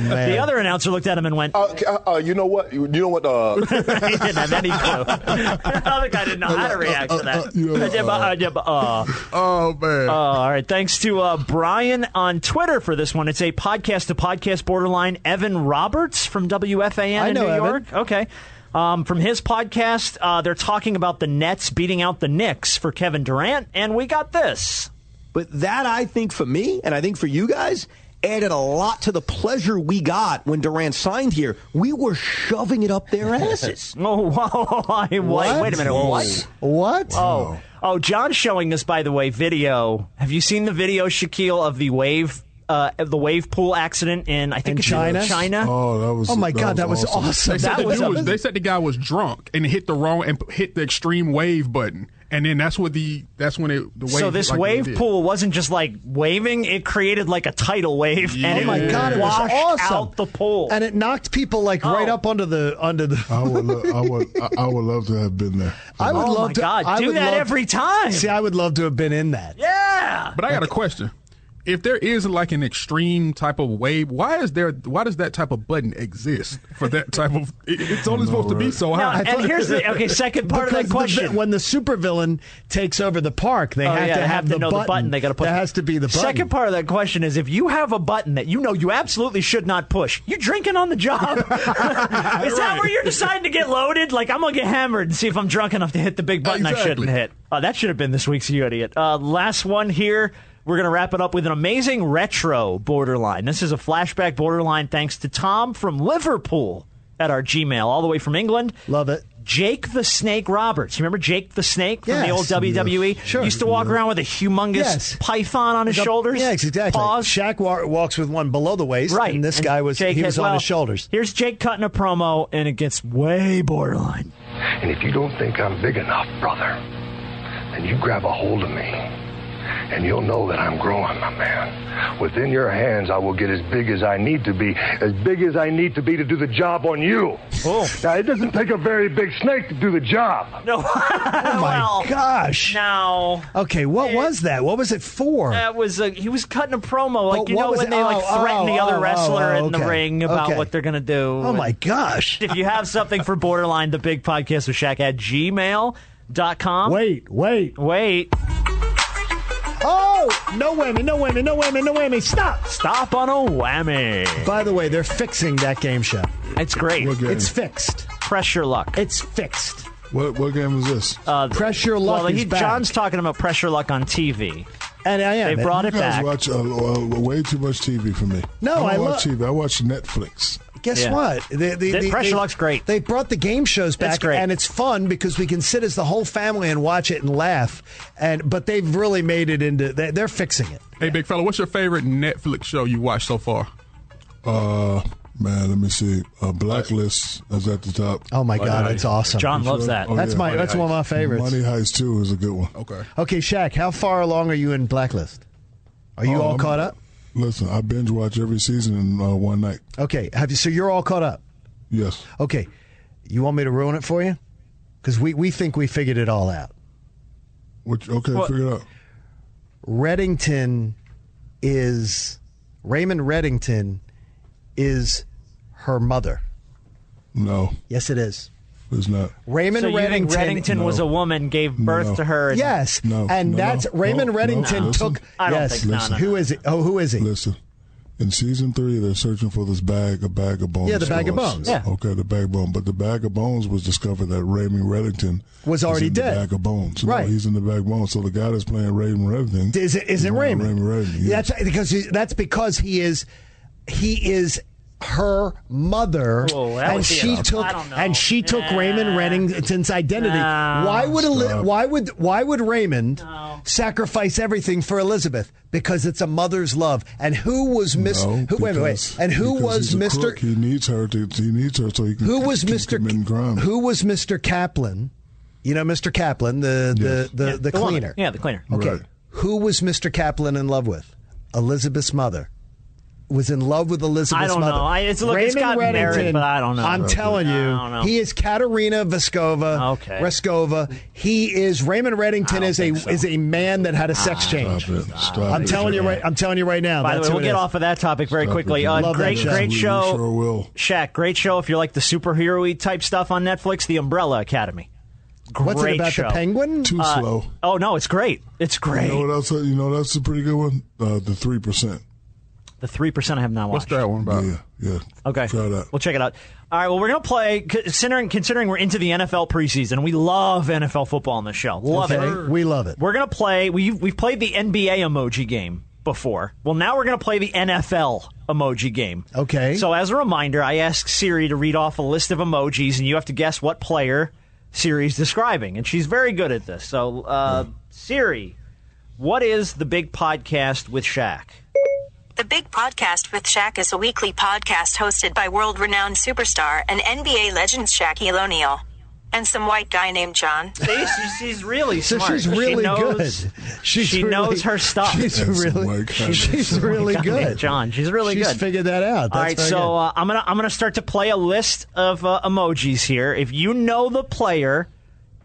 Speaker 3: man.
Speaker 5: The other announcer looked at him and went,
Speaker 13: uh, c- uh, uh, you know what? You, you know what? Uh,
Speaker 5: he didn't have any clue. the other guy didn't know how to react to that. Uh, yeah, but, uh, yeah, but, uh.
Speaker 4: oh man!
Speaker 5: all right, thanks to uh, Brian on Twitter for this one. It's a podcast to podcast borderline. Evan Roberts from WFAN
Speaker 3: I
Speaker 5: in
Speaker 3: know
Speaker 5: New
Speaker 3: Evan.
Speaker 5: York. Okay. Um, from his podcast, uh, they're talking about the Nets beating out the Knicks for Kevin Durant, and we got this.
Speaker 18: But that, I think, for me, and I think for you guys, added a lot to the pleasure we got when Durant signed here. We were shoving it up their asses.
Speaker 5: oh, whoa, wait, wait a minute, what?
Speaker 3: What?
Speaker 5: Oh, oh, John's showing us, by the way, video. Have you seen the video, Shaquille, of the wave, uh, of the wave pool accident in I think
Speaker 3: In
Speaker 5: it's
Speaker 3: China?
Speaker 5: China?
Speaker 4: Oh, that was.
Speaker 3: Oh, my God, that was awesome.
Speaker 8: They said,
Speaker 5: That
Speaker 8: the
Speaker 5: was
Speaker 8: dude was,
Speaker 5: a-
Speaker 8: they said the guy was drunk and hit the wrong and p- hit the extreme wave button, and then that's what the that's when it the wave.
Speaker 5: so this
Speaker 8: like, really
Speaker 5: wave
Speaker 8: did.
Speaker 5: pool wasn't just like waving; it created like a tidal wave, and
Speaker 3: oh my
Speaker 5: it
Speaker 3: god, it was
Speaker 5: washed
Speaker 3: awesome!
Speaker 5: out the pool. Oh.
Speaker 3: and it knocked people like right up under the under the.
Speaker 4: I would, lo- I would, I- I would love to have been there.
Speaker 3: I would
Speaker 5: Oh
Speaker 3: love
Speaker 5: my
Speaker 3: to.
Speaker 5: God,
Speaker 3: I
Speaker 5: do
Speaker 3: would
Speaker 5: that
Speaker 3: love-
Speaker 5: every time.
Speaker 3: See, I would love to have been in that.
Speaker 5: yeah,
Speaker 8: But I got a question. If there is like an extreme type of wave, why is there? Why does that type of button exist for that type of? it- it's only supposed to be so
Speaker 5: Now,
Speaker 8: high.
Speaker 5: and here's the okay second part of that
Speaker 3: Because the
Speaker 5: question.
Speaker 3: vi- when the supervillain takes over the park, they
Speaker 5: Oh,
Speaker 3: have
Speaker 5: yeah,
Speaker 3: to
Speaker 5: they
Speaker 3: have,
Speaker 5: have to
Speaker 3: the,
Speaker 5: know
Speaker 3: button.
Speaker 5: the button they gotta push.
Speaker 3: That has to be the button.
Speaker 5: Second part of that question is if you have a button that you know you absolutely should not push, you drinking on the job. is that where you're deciding to get loaded? Like I'm gonna get hammered and see if I'm drunk enough to hit the big button I shouldn't
Speaker 8: Exactly.
Speaker 5: hit. Uh, that should have been this week's you idiot. Uh, last one here. We're gonna wrap it up with an amazing retro borderline. This is a flashback borderline thanks to Tom from Liverpool at our Gmail, all the way from England.
Speaker 3: Love it.
Speaker 5: Jake the Snake Roberts. You remember Jake the Snake from the
Speaker 3: Yes.
Speaker 5: old WWE?
Speaker 3: Sure. Mm-hmm.
Speaker 5: Used to walk around with a humongous
Speaker 3: Yes.
Speaker 5: python on his
Speaker 3: The-
Speaker 5: shoulders.
Speaker 3: Yeah, exactly.
Speaker 5: Paws.
Speaker 3: Shaq wa- walks with one below the waist,
Speaker 5: Right.
Speaker 3: and this
Speaker 5: And
Speaker 3: guy was
Speaker 5: Jake
Speaker 3: he
Speaker 5: had-
Speaker 3: was on
Speaker 5: well,
Speaker 3: his shoulders.
Speaker 5: Here's Jake cutting a promo, and it gets way borderline.
Speaker 19: And if you don't think I'm big enough, brother, then you grab a hold of me and you'll know that I'm growing, my man. Within your hands, I will get as big as I need to be, as big as I need to be to do the job on you. Oh. Now, it doesn't take a very big snake to do the job.
Speaker 5: No.
Speaker 3: Oh my gosh.
Speaker 5: No.
Speaker 3: Okay, what was that? What was it for?
Speaker 5: That was a, he was cutting a promo
Speaker 3: But
Speaker 5: like you
Speaker 3: what
Speaker 5: know
Speaker 3: was
Speaker 5: when
Speaker 3: it-
Speaker 5: they like
Speaker 3: oh,
Speaker 5: threaten the
Speaker 3: oh,
Speaker 5: other
Speaker 3: oh,
Speaker 5: wrestler
Speaker 3: oh,
Speaker 5: in the
Speaker 3: okay,
Speaker 5: ring about
Speaker 3: okay.
Speaker 5: what they're gonna do.
Speaker 3: Oh, my gosh.
Speaker 5: If you have something for borderline, the big podcast with Shaq at gmail.com.
Speaker 3: Wait, wait,
Speaker 5: wait.
Speaker 3: Oh, no whammy, no whammy, no whammy, no whammy. Stop.
Speaker 5: Stop on a whammy.
Speaker 3: By the way, they're fixing that game show.
Speaker 5: It's great.
Speaker 3: It's fixed.
Speaker 5: Pressure luck.
Speaker 3: It's fixed.
Speaker 4: What what game was this?
Speaker 5: Uh,
Speaker 3: Pressure luck
Speaker 5: Well,
Speaker 3: is
Speaker 5: he,
Speaker 3: back.
Speaker 5: John's talking about pressure luck on TV.
Speaker 3: And I am.
Speaker 5: They brought
Speaker 4: you
Speaker 5: it
Speaker 4: guys
Speaker 5: back.
Speaker 4: watch uh, uh, way too much TV for me.
Speaker 3: No,
Speaker 4: I, don't
Speaker 3: I
Speaker 4: watch
Speaker 3: lo-
Speaker 4: TV. I watch Netflix.
Speaker 3: Guess
Speaker 5: Yeah.
Speaker 3: what? The, the,
Speaker 5: The pressure
Speaker 3: they,
Speaker 5: luck's great.
Speaker 3: They brought the game shows back,
Speaker 5: great.
Speaker 3: and it's fun because we can sit as the whole family and watch it and laugh. And but they've really made it into they, they're fixing it.
Speaker 8: Hey, big fella, what's your favorite Netflix show you watched so far?
Speaker 4: Uh, man, let me see. Uh, Blacklist is at the top.
Speaker 3: Oh my
Speaker 4: Money
Speaker 3: God,
Speaker 4: Heist.
Speaker 3: it's awesome.
Speaker 5: John
Speaker 4: You
Speaker 5: loves
Speaker 4: sure?
Speaker 5: that.
Speaker 4: Oh,
Speaker 3: That's
Speaker 4: yeah.
Speaker 3: my that's one of my favorites.
Speaker 4: Money Heist too is a good one.
Speaker 8: Okay.
Speaker 3: Okay, Shaq, how far along are you in Blacklist? Are you
Speaker 4: Oh,
Speaker 3: all
Speaker 4: I'm-
Speaker 3: caught up?
Speaker 4: Listen, I binge watch every season in uh, one night.
Speaker 3: Okay, have you? So you're all caught up.
Speaker 4: Yes.
Speaker 3: Okay, you want me to ruin it for you? Because we we think we figured it all out.
Speaker 4: Which okay,
Speaker 5: What?
Speaker 4: figure it out.
Speaker 3: Reddington is Raymond Reddington is her mother.
Speaker 4: No,
Speaker 3: Yes, it is.
Speaker 4: it's not.
Speaker 3: Reddington.
Speaker 5: so you think Reddington was a woman, gave birth
Speaker 4: No.
Speaker 5: to her? and-
Speaker 3: Yes,
Speaker 4: No,
Speaker 3: and
Speaker 4: no,
Speaker 3: that's
Speaker 4: no,
Speaker 3: Raymond
Speaker 4: no,
Speaker 3: Reddington
Speaker 4: no.
Speaker 3: took.
Speaker 5: I don't
Speaker 3: yes,
Speaker 5: think- no, no,
Speaker 3: who is it? Oh, who is he?
Speaker 4: Listen, in season three, they're searching for this bag, a bag of bones.
Speaker 3: Yeah, the bag of
Speaker 4: scores.
Speaker 3: bones. Yeah.
Speaker 4: Okay, the bag of bones. But the bag of bones was discovered that Raymond Reddington
Speaker 3: Was already
Speaker 4: is in
Speaker 3: dead.
Speaker 4: The bag of bones. No,
Speaker 3: Right.
Speaker 4: he's in the bag of bones. So the guy that's playing Raymond Reddington
Speaker 3: Is it? Is
Speaker 4: is
Speaker 3: it
Speaker 4: not
Speaker 3: Raymond?
Speaker 4: Raymond Reddington. yeah.
Speaker 3: Yeah, That's because he, that's because he is he is her mother,
Speaker 5: Whoa, Oh, that
Speaker 3: and
Speaker 5: would be
Speaker 3: she
Speaker 5: a-
Speaker 3: took
Speaker 5: I don't know.
Speaker 3: and she took
Speaker 5: Nah.
Speaker 3: Raymond Reddington's identity.
Speaker 5: Nah.
Speaker 3: Why would Eli-
Speaker 4: Stop.
Speaker 3: why would why would Raymond sacrifice everything for Elizabeth? Because it's a mother's love. And who was Miss?
Speaker 4: No,
Speaker 3: who, wait, wait, wait.
Speaker 4: because-
Speaker 3: And who
Speaker 4: because
Speaker 3: was
Speaker 4: he's a
Speaker 3: Mister?
Speaker 4: crook. He needs her. To, he needs her so he can.
Speaker 3: Who was
Speaker 4: keep
Speaker 3: Mister?
Speaker 4: committing Crime.
Speaker 3: Who was Mister Kaplan? You know, Mister Kaplan, the
Speaker 4: Yes.
Speaker 3: the the, the,
Speaker 5: woman.
Speaker 3: cleaner.
Speaker 5: Yeah, the cleaner.
Speaker 3: Okay.
Speaker 4: Right.
Speaker 3: Who was Mr. Kaplan in love with? Elizabeth's mother. Was in love with Elizabeth's
Speaker 5: I don't
Speaker 3: mother.
Speaker 5: know. I- it's- look, it's
Speaker 3: Raymond
Speaker 5: got
Speaker 3: Reddington,
Speaker 5: merit, but I don't know.
Speaker 3: I'm
Speaker 5: Okay.
Speaker 3: telling you,
Speaker 5: I don't know.
Speaker 3: he is Katerina Vaskova.
Speaker 5: Okay.
Speaker 3: Raskova. He is Raymond Reddington is a is a man that had a sex change.
Speaker 4: Stop it. Stop
Speaker 3: I'm
Speaker 4: it.
Speaker 3: telling you right. I'm telling you right now.
Speaker 5: Ah. By the
Speaker 3: that's
Speaker 5: way,
Speaker 3: who
Speaker 5: we'll
Speaker 3: it
Speaker 5: get
Speaker 3: is.
Speaker 5: off of that topic very
Speaker 4: Stop
Speaker 5: quickly.
Speaker 4: it.
Speaker 5: Uh,
Speaker 3: Love that
Speaker 5: great,
Speaker 3: show.
Speaker 5: great
Speaker 4: We- we
Speaker 5: show,
Speaker 4: sure will.
Speaker 5: Shaq. Great show if you like the superhero type stuff on Netflix. The Umbrella Academy. Great
Speaker 3: What's it about
Speaker 5: show.
Speaker 3: the penguin?
Speaker 4: Too slow.
Speaker 5: Oh no, it's great. It's great.
Speaker 4: You know what else? You know that's a pretty good one. Uh, the three percent.
Speaker 5: the three percent I have not watched.
Speaker 8: What's that one
Speaker 15: Uh.
Speaker 8: about?
Speaker 4: Yeah, yeah.
Speaker 5: Okay.
Speaker 4: Try that.
Speaker 5: We'll check it out. All right. Well, we're going to play, considering, considering we're into the NFL preseason. We love NFL football on this show. Love
Speaker 3: Okay,
Speaker 5: it.
Speaker 3: we love it.
Speaker 5: We're going to play, we've, we've played the NBA emoji game before. Well, now we're going to play the NFL emoji game.
Speaker 3: Okay.
Speaker 5: So, as a reminder, I ask Siri to read off a list of emojis, and you have to guess what player Siri's describing. And she's very good at this. So, uh, Siri, what is the big podcast with Shaq?
Speaker 15: The Big Podcast with Shaq is a weekly podcast hosted by world renowned superstar and NBA legend Shaquille O'Neal. And some white guy named John.
Speaker 5: See, she's, she's really
Speaker 3: So
Speaker 5: smart.
Speaker 3: she's really
Speaker 5: she knows,
Speaker 3: good.
Speaker 5: she
Speaker 3: really-
Speaker 5: knows her stuff.
Speaker 3: She's
Speaker 4: That's a
Speaker 3: really,
Speaker 4: white guy.
Speaker 3: she's really
Speaker 5: God,
Speaker 3: good.
Speaker 5: John, she's really
Speaker 3: she's
Speaker 5: good.
Speaker 3: figured that out.
Speaker 5: All
Speaker 3: That's
Speaker 5: right,
Speaker 3: very
Speaker 5: so
Speaker 3: good.
Speaker 5: uh, I'm gonna I'm gonna start to play a list of uh, emojis here. If you know the player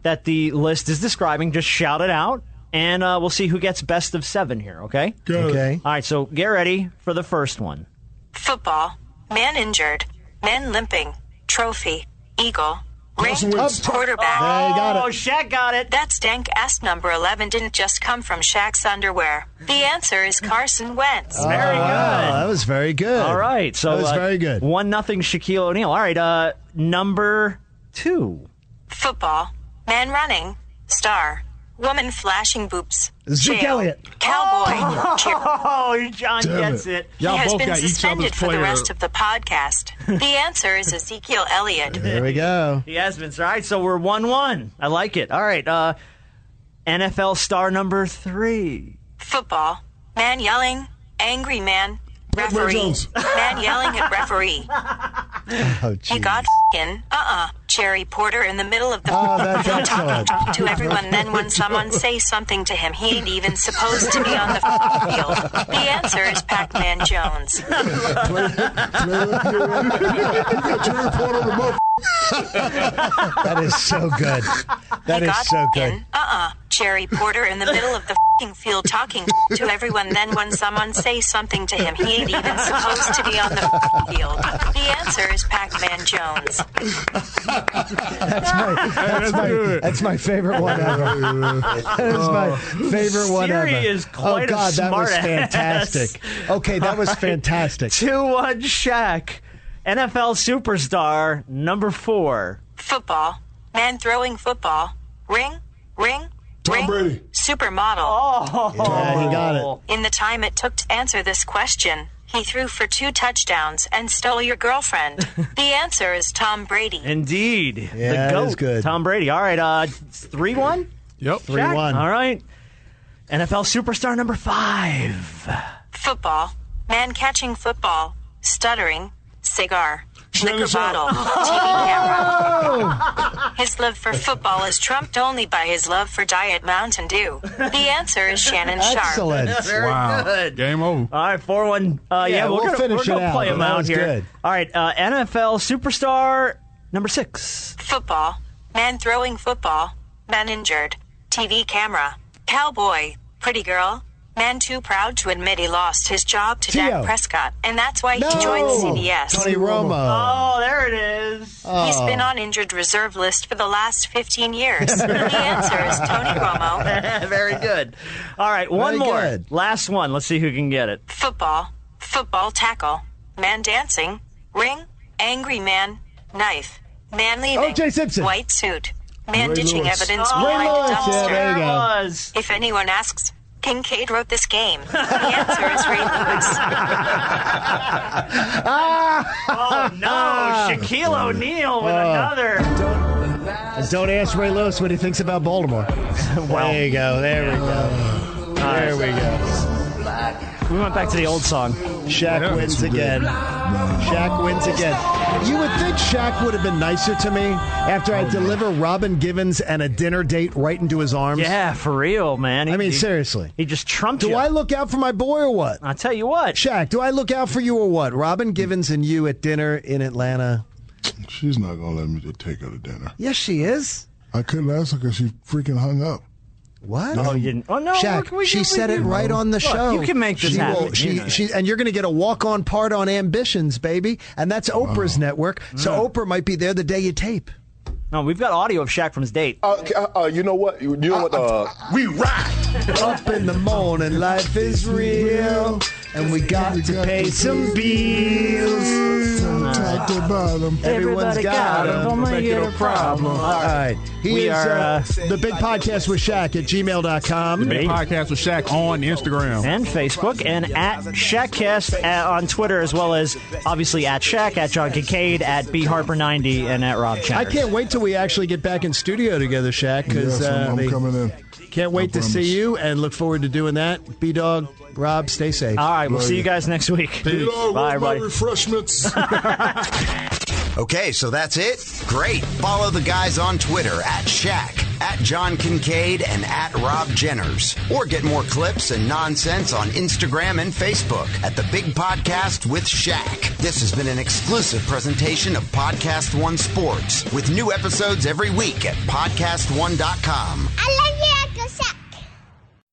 Speaker 5: that the list is describing, just shout it out, and uh, we'll see who gets best of seven here. Okay.
Speaker 4: Got it.
Speaker 3: okay.
Speaker 5: All right, so get ready for the first one.
Speaker 15: Football. Man injured. Men limping. Trophy. Eagle. Ring.
Speaker 4: Carson Wentz.
Speaker 15: Quarterback.
Speaker 3: There you got it.
Speaker 5: Oh, Shaq got it.
Speaker 15: That stank ass number 11 didn't just come from Shaq's underwear. The answer is Carson Wentz.
Speaker 5: Very
Speaker 3: Wow,
Speaker 5: good.
Speaker 3: Oh, that was very good.
Speaker 5: All right, so
Speaker 3: that was
Speaker 5: uh,
Speaker 3: very good.
Speaker 5: One nothing, Shaquille O'Neal. All right, uh, number two.
Speaker 15: Football. Man running. Star. Woman flashing boobs.
Speaker 3: Zeke
Speaker 15: jail,
Speaker 3: Elliott.
Speaker 15: Cowboy. cheer-
Speaker 5: Oh, John gets it.
Speaker 15: He has
Speaker 8: both
Speaker 15: been
Speaker 8: got each
Speaker 15: suspended
Speaker 8: other's
Speaker 15: for the
Speaker 8: player.
Speaker 15: rest of the podcast. The answer is Ezekiel Elliott.
Speaker 3: There we go.
Speaker 5: He has been. All right, so we're one one. I like it. All right, uh, NFL star number three.
Speaker 15: Football. Man yelling. Angry man.
Speaker 4: Red
Speaker 15: Referee.
Speaker 4: Jones.
Speaker 15: Man yelling at referee.
Speaker 3: Oh,
Speaker 15: He
Speaker 3: geez.
Speaker 15: got in, uh-uh, cherry porter in the middle of the
Speaker 4: Ah,
Speaker 3: Oh, that's excellent.
Speaker 15: to everyone. Then when someone says something to him, he ain't even supposed to be on the field. The answer is Pac-Man Jones.
Speaker 3: that is so good. That is so good.
Speaker 15: Uh-uh. Cherry Porter in the middle of the fing field talking to everyone. Then when someone says something to him, he ain't even supposed to be on the f***ing field. The answer is Pac-Man Jones.
Speaker 3: That's my that's my, that's my favorite one ever. That is
Speaker 8: Oh.
Speaker 3: my favorite one ever.
Speaker 5: Siri is quite
Speaker 3: oh
Speaker 5: a
Speaker 3: God, that was
Speaker 5: smart ass.
Speaker 3: fantastic. Okay, that was fantastic.
Speaker 5: Two one Shaq, NFL superstar number four.
Speaker 15: Football. Man throwing football. Ring. Ring.
Speaker 4: Tom
Speaker 15: ring.
Speaker 4: Brady.
Speaker 15: Supermodel. Oh.
Speaker 3: Yeah, he got it.
Speaker 15: In the time it took to answer this question, he threw for two touchdowns and stole your girlfriend. the answer is Tom Brady.
Speaker 5: Indeed.
Speaker 3: Yeah,
Speaker 5: the
Speaker 3: that
Speaker 5: GOAT,
Speaker 3: is good.
Speaker 5: Tom Brady. All right, uh, 3 1?
Speaker 8: Yep.
Speaker 3: 3 1.
Speaker 5: All right. NFL superstar number five.
Speaker 15: Football. Man catching football. Stuttering. Cigar.
Speaker 4: Shannon
Speaker 15: Liquor bottle. TV camera.
Speaker 4: Oh.
Speaker 15: His love for football is trumped only by his love for Diet Mountain Dew. The answer is Shannon Sharp.
Speaker 3: Excellent.
Speaker 8: wow. Game over.
Speaker 5: All right, 4 1. Uh, yeah,
Speaker 3: Yeah,
Speaker 5: we're
Speaker 3: we'll
Speaker 5: gonna,
Speaker 3: finish
Speaker 5: we're
Speaker 3: it
Speaker 5: gonna
Speaker 3: out.
Speaker 5: play him
Speaker 3: That
Speaker 5: out
Speaker 3: was
Speaker 5: here.
Speaker 3: good.
Speaker 5: All right, uh, NFL superstar number six.
Speaker 15: Football. Man throwing football. Man injured. TV camera. Cowboy. Pretty girl. Man too proud to admit he lost his job to
Speaker 3: Tio.
Speaker 15: Dak Prescott, and that's why he joined CBS.
Speaker 3: Tony Romo.
Speaker 5: Oh, there it is.
Speaker 15: He's been on injured reserve list for the last 15 years. the answer is Tony Romo.
Speaker 5: Very good. All right, one
Speaker 3: Very
Speaker 5: more.
Speaker 3: good.
Speaker 5: Last one. Let's see who can get it.
Speaker 15: Football, football tackle, man dancing, ring, angry man, knife, man leaving,
Speaker 3: O.J. Simpson.
Speaker 15: white suit, man
Speaker 4: Ray
Speaker 15: ditching
Speaker 4: Lewis.
Speaker 15: evidence
Speaker 3: Ray
Speaker 15: behind
Speaker 3: Lewis,
Speaker 15: a
Speaker 3: yeah,
Speaker 15: dumpster.
Speaker 3: there you go.
Speaker 5: was.
Speaker 15: If anyone asks, Kincaid wrote this game. The answer is Ray Lewis.
Speaker 3: Ah!
Speaker 5: Oh, no. Shaquille O'Neal with another.
Speaker 3: Don't ask Ray Lewis what he thinks about Baltimore. there you go. There we go. There we go.
Speaker 5: We went back to the old song.
Speaker 3: Shaq
Speaker 8: Yeah,
Speaker 3: wins
Speaker 8: that's
Speaker 3: again. Shaq wins again. You would think Shaq would have been nicer to me after
Speaker 8: Oh,
Speaker 3: I deliver Robin Givens and a dinner date right into his arms.
Speaker 5: Yeah, for real, man. He,
Speaker 3: I mean,
Speaker 5: he-
Speaker 3: seriously.
Speaker 5: He just trumped
Speaker 3: Do
Speaker 5: you.
Speaker 3: I look out for my boy or what?
Speaker 5: I'll tell you what.
Speaker 3: Shaq, do I look out for you or what? Robin Givens and you at dinner in Atlanta.
Speaker 4: She's not gonna let me just take her to dinner.
Speaker 3: Yes, she is.
Speaker 4: I couldn't ask her because she freaking hung up.
Speaker 3: What?
Speaker 5: Oh, you didn't. Oh no,
Speaker 3: Shaq,
Speaker 5: look, we-
Speaker 3: she
Speaker 5: we-
Speaker 3: said
Speaker 5: we-
Speaker 3: it right on the
Speaker 5: Look,
Speaker 3: show.
Speaker 5: You can make this
Speaker 3: she will-
Speaker 5: happen.
Speaker 3: she,
Speaker 5: You know
Speaker 3: she, and you're going to get a walk-on part on Ambitions, baby, and that's Oprah's network. So Oprah might be there the day you tape.
Speaker 5: that. no, we've got audio of Shaq from his date.
Speaker 3: Oh.
Speaker 13: Uh, c- uh, uh, you know what? You know what? Uh,
Speaker 4: We ride.
Speaker 3: Up in the morning, life is real, and we got to pay some bills.
Speaker 4: Top to bottom.
Speaker 3: Everyone's
Speaker 5: Everybody got
Speaker 3: got
Speaker 5: 'em.
Speaker 3: them.
Speaker 5: Don't make it a problem.
Speaker 3: All right. He
Speaker 5: We
Speaker 3: is
Speaker 5: are,
Speaker 3: uh,
Speaker 5: uh,
Speaker 3: the big podcast with Shaq at gmail.com.
Speaker 8: Big podcast with Shaq on Instagram.
Speaker 5: and Facebook and at Shaqcast uh, on Twitter, as well as obviously at Shaq, at John Kincaid, at B Harper ninety, and at Rob
Speaker 3: I
Speaker 5: Chad.
Speaker 3: can't wait till we actually get back in studio together, Shaq, because
Speaker 4: Yes, I'm,
Speaker 3: uh,
Speaker 4: I'm
Speaker 3: they-
Speaker 4: coming in.
Speaker 3: can't wait
Speaker 4: I
Speaker 3: to see
Speaker 4: promise.
Speaker 3: you and look forward to doing that. B Dog, Rob, stay safe.
Speaker 5: All right, we'll see you guys next week.
Speaker 4: You know,
Speaker 5: Bye,
Speaker 4: where's my
Speaker 5: everybody.
Speaker 4: refreshments.
Speaker 2: Okay, so that's it? Great. Follow the guys on Twitter at Shaq, at John Kincaid, and at Rob Jenners. Or get more clips and nonsense on Instagram and Facebook at The Big Podcast with Shaq. This has been an exclusive presentation of Podcast One Sports with new episodes every week at podcastone.com.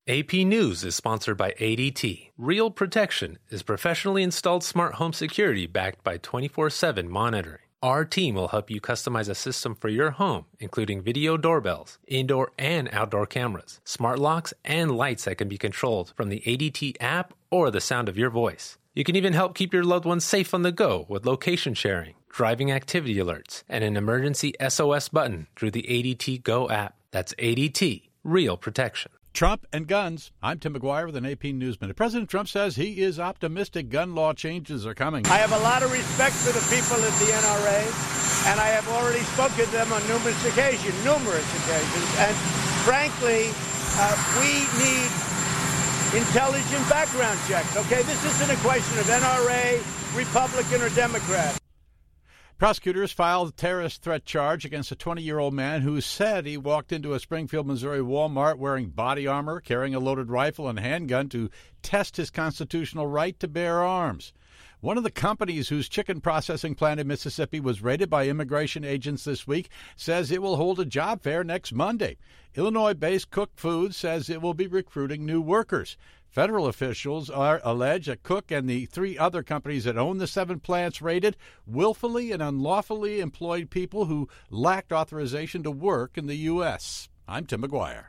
Speaker 20: AP News is sponsored by ADT. Real Protection is professionally installed smart home security backed by 24 7 monitoring. Our team will help you customize a system for your home, including video doorbells, indoor and outdoor cameras, smart locks, and lights that can be controlled from the ADT app or the sound of your voice. You can even help keep your loved ones safe on the go with location sharing, driving activity alerts, and an emergency SOS button through the ADT Go app. That's ADT, real protection.
Speaker 21: Trump and guns. I'm Tim McGuire with an AP News Minute. President Trump says he is optimistic gun law changes are coming.
Speaker 22: I have a lot of respect for the people at the NRA, and I have already spoken to them on numerous occasions, numerous occasions. And frankly, uh, we need intelligent background checks, okay? This isn't a question of NRA, Republican, or Democrat.
Speaker 21: Prosecutors filed a terrorist threat charge against a 20 year old man who said he walked into a Springfield, Missouri Walmart wearing body armor, carrying a loaded rifle and handgun to test his constitutional right to bear arms. One of the companies whose chicken processing plant in Mississippi was raided by immigration agents this week says it will hold a job fair next Monday. Illinois based Cook Foods says it will be recruiting new workers. Federal officials are alleged that Cook and the three other companies that own the seven plants raided willfully and unlawfully employed people who lacked authorization to work in the U.S. I'm Tim McGuire.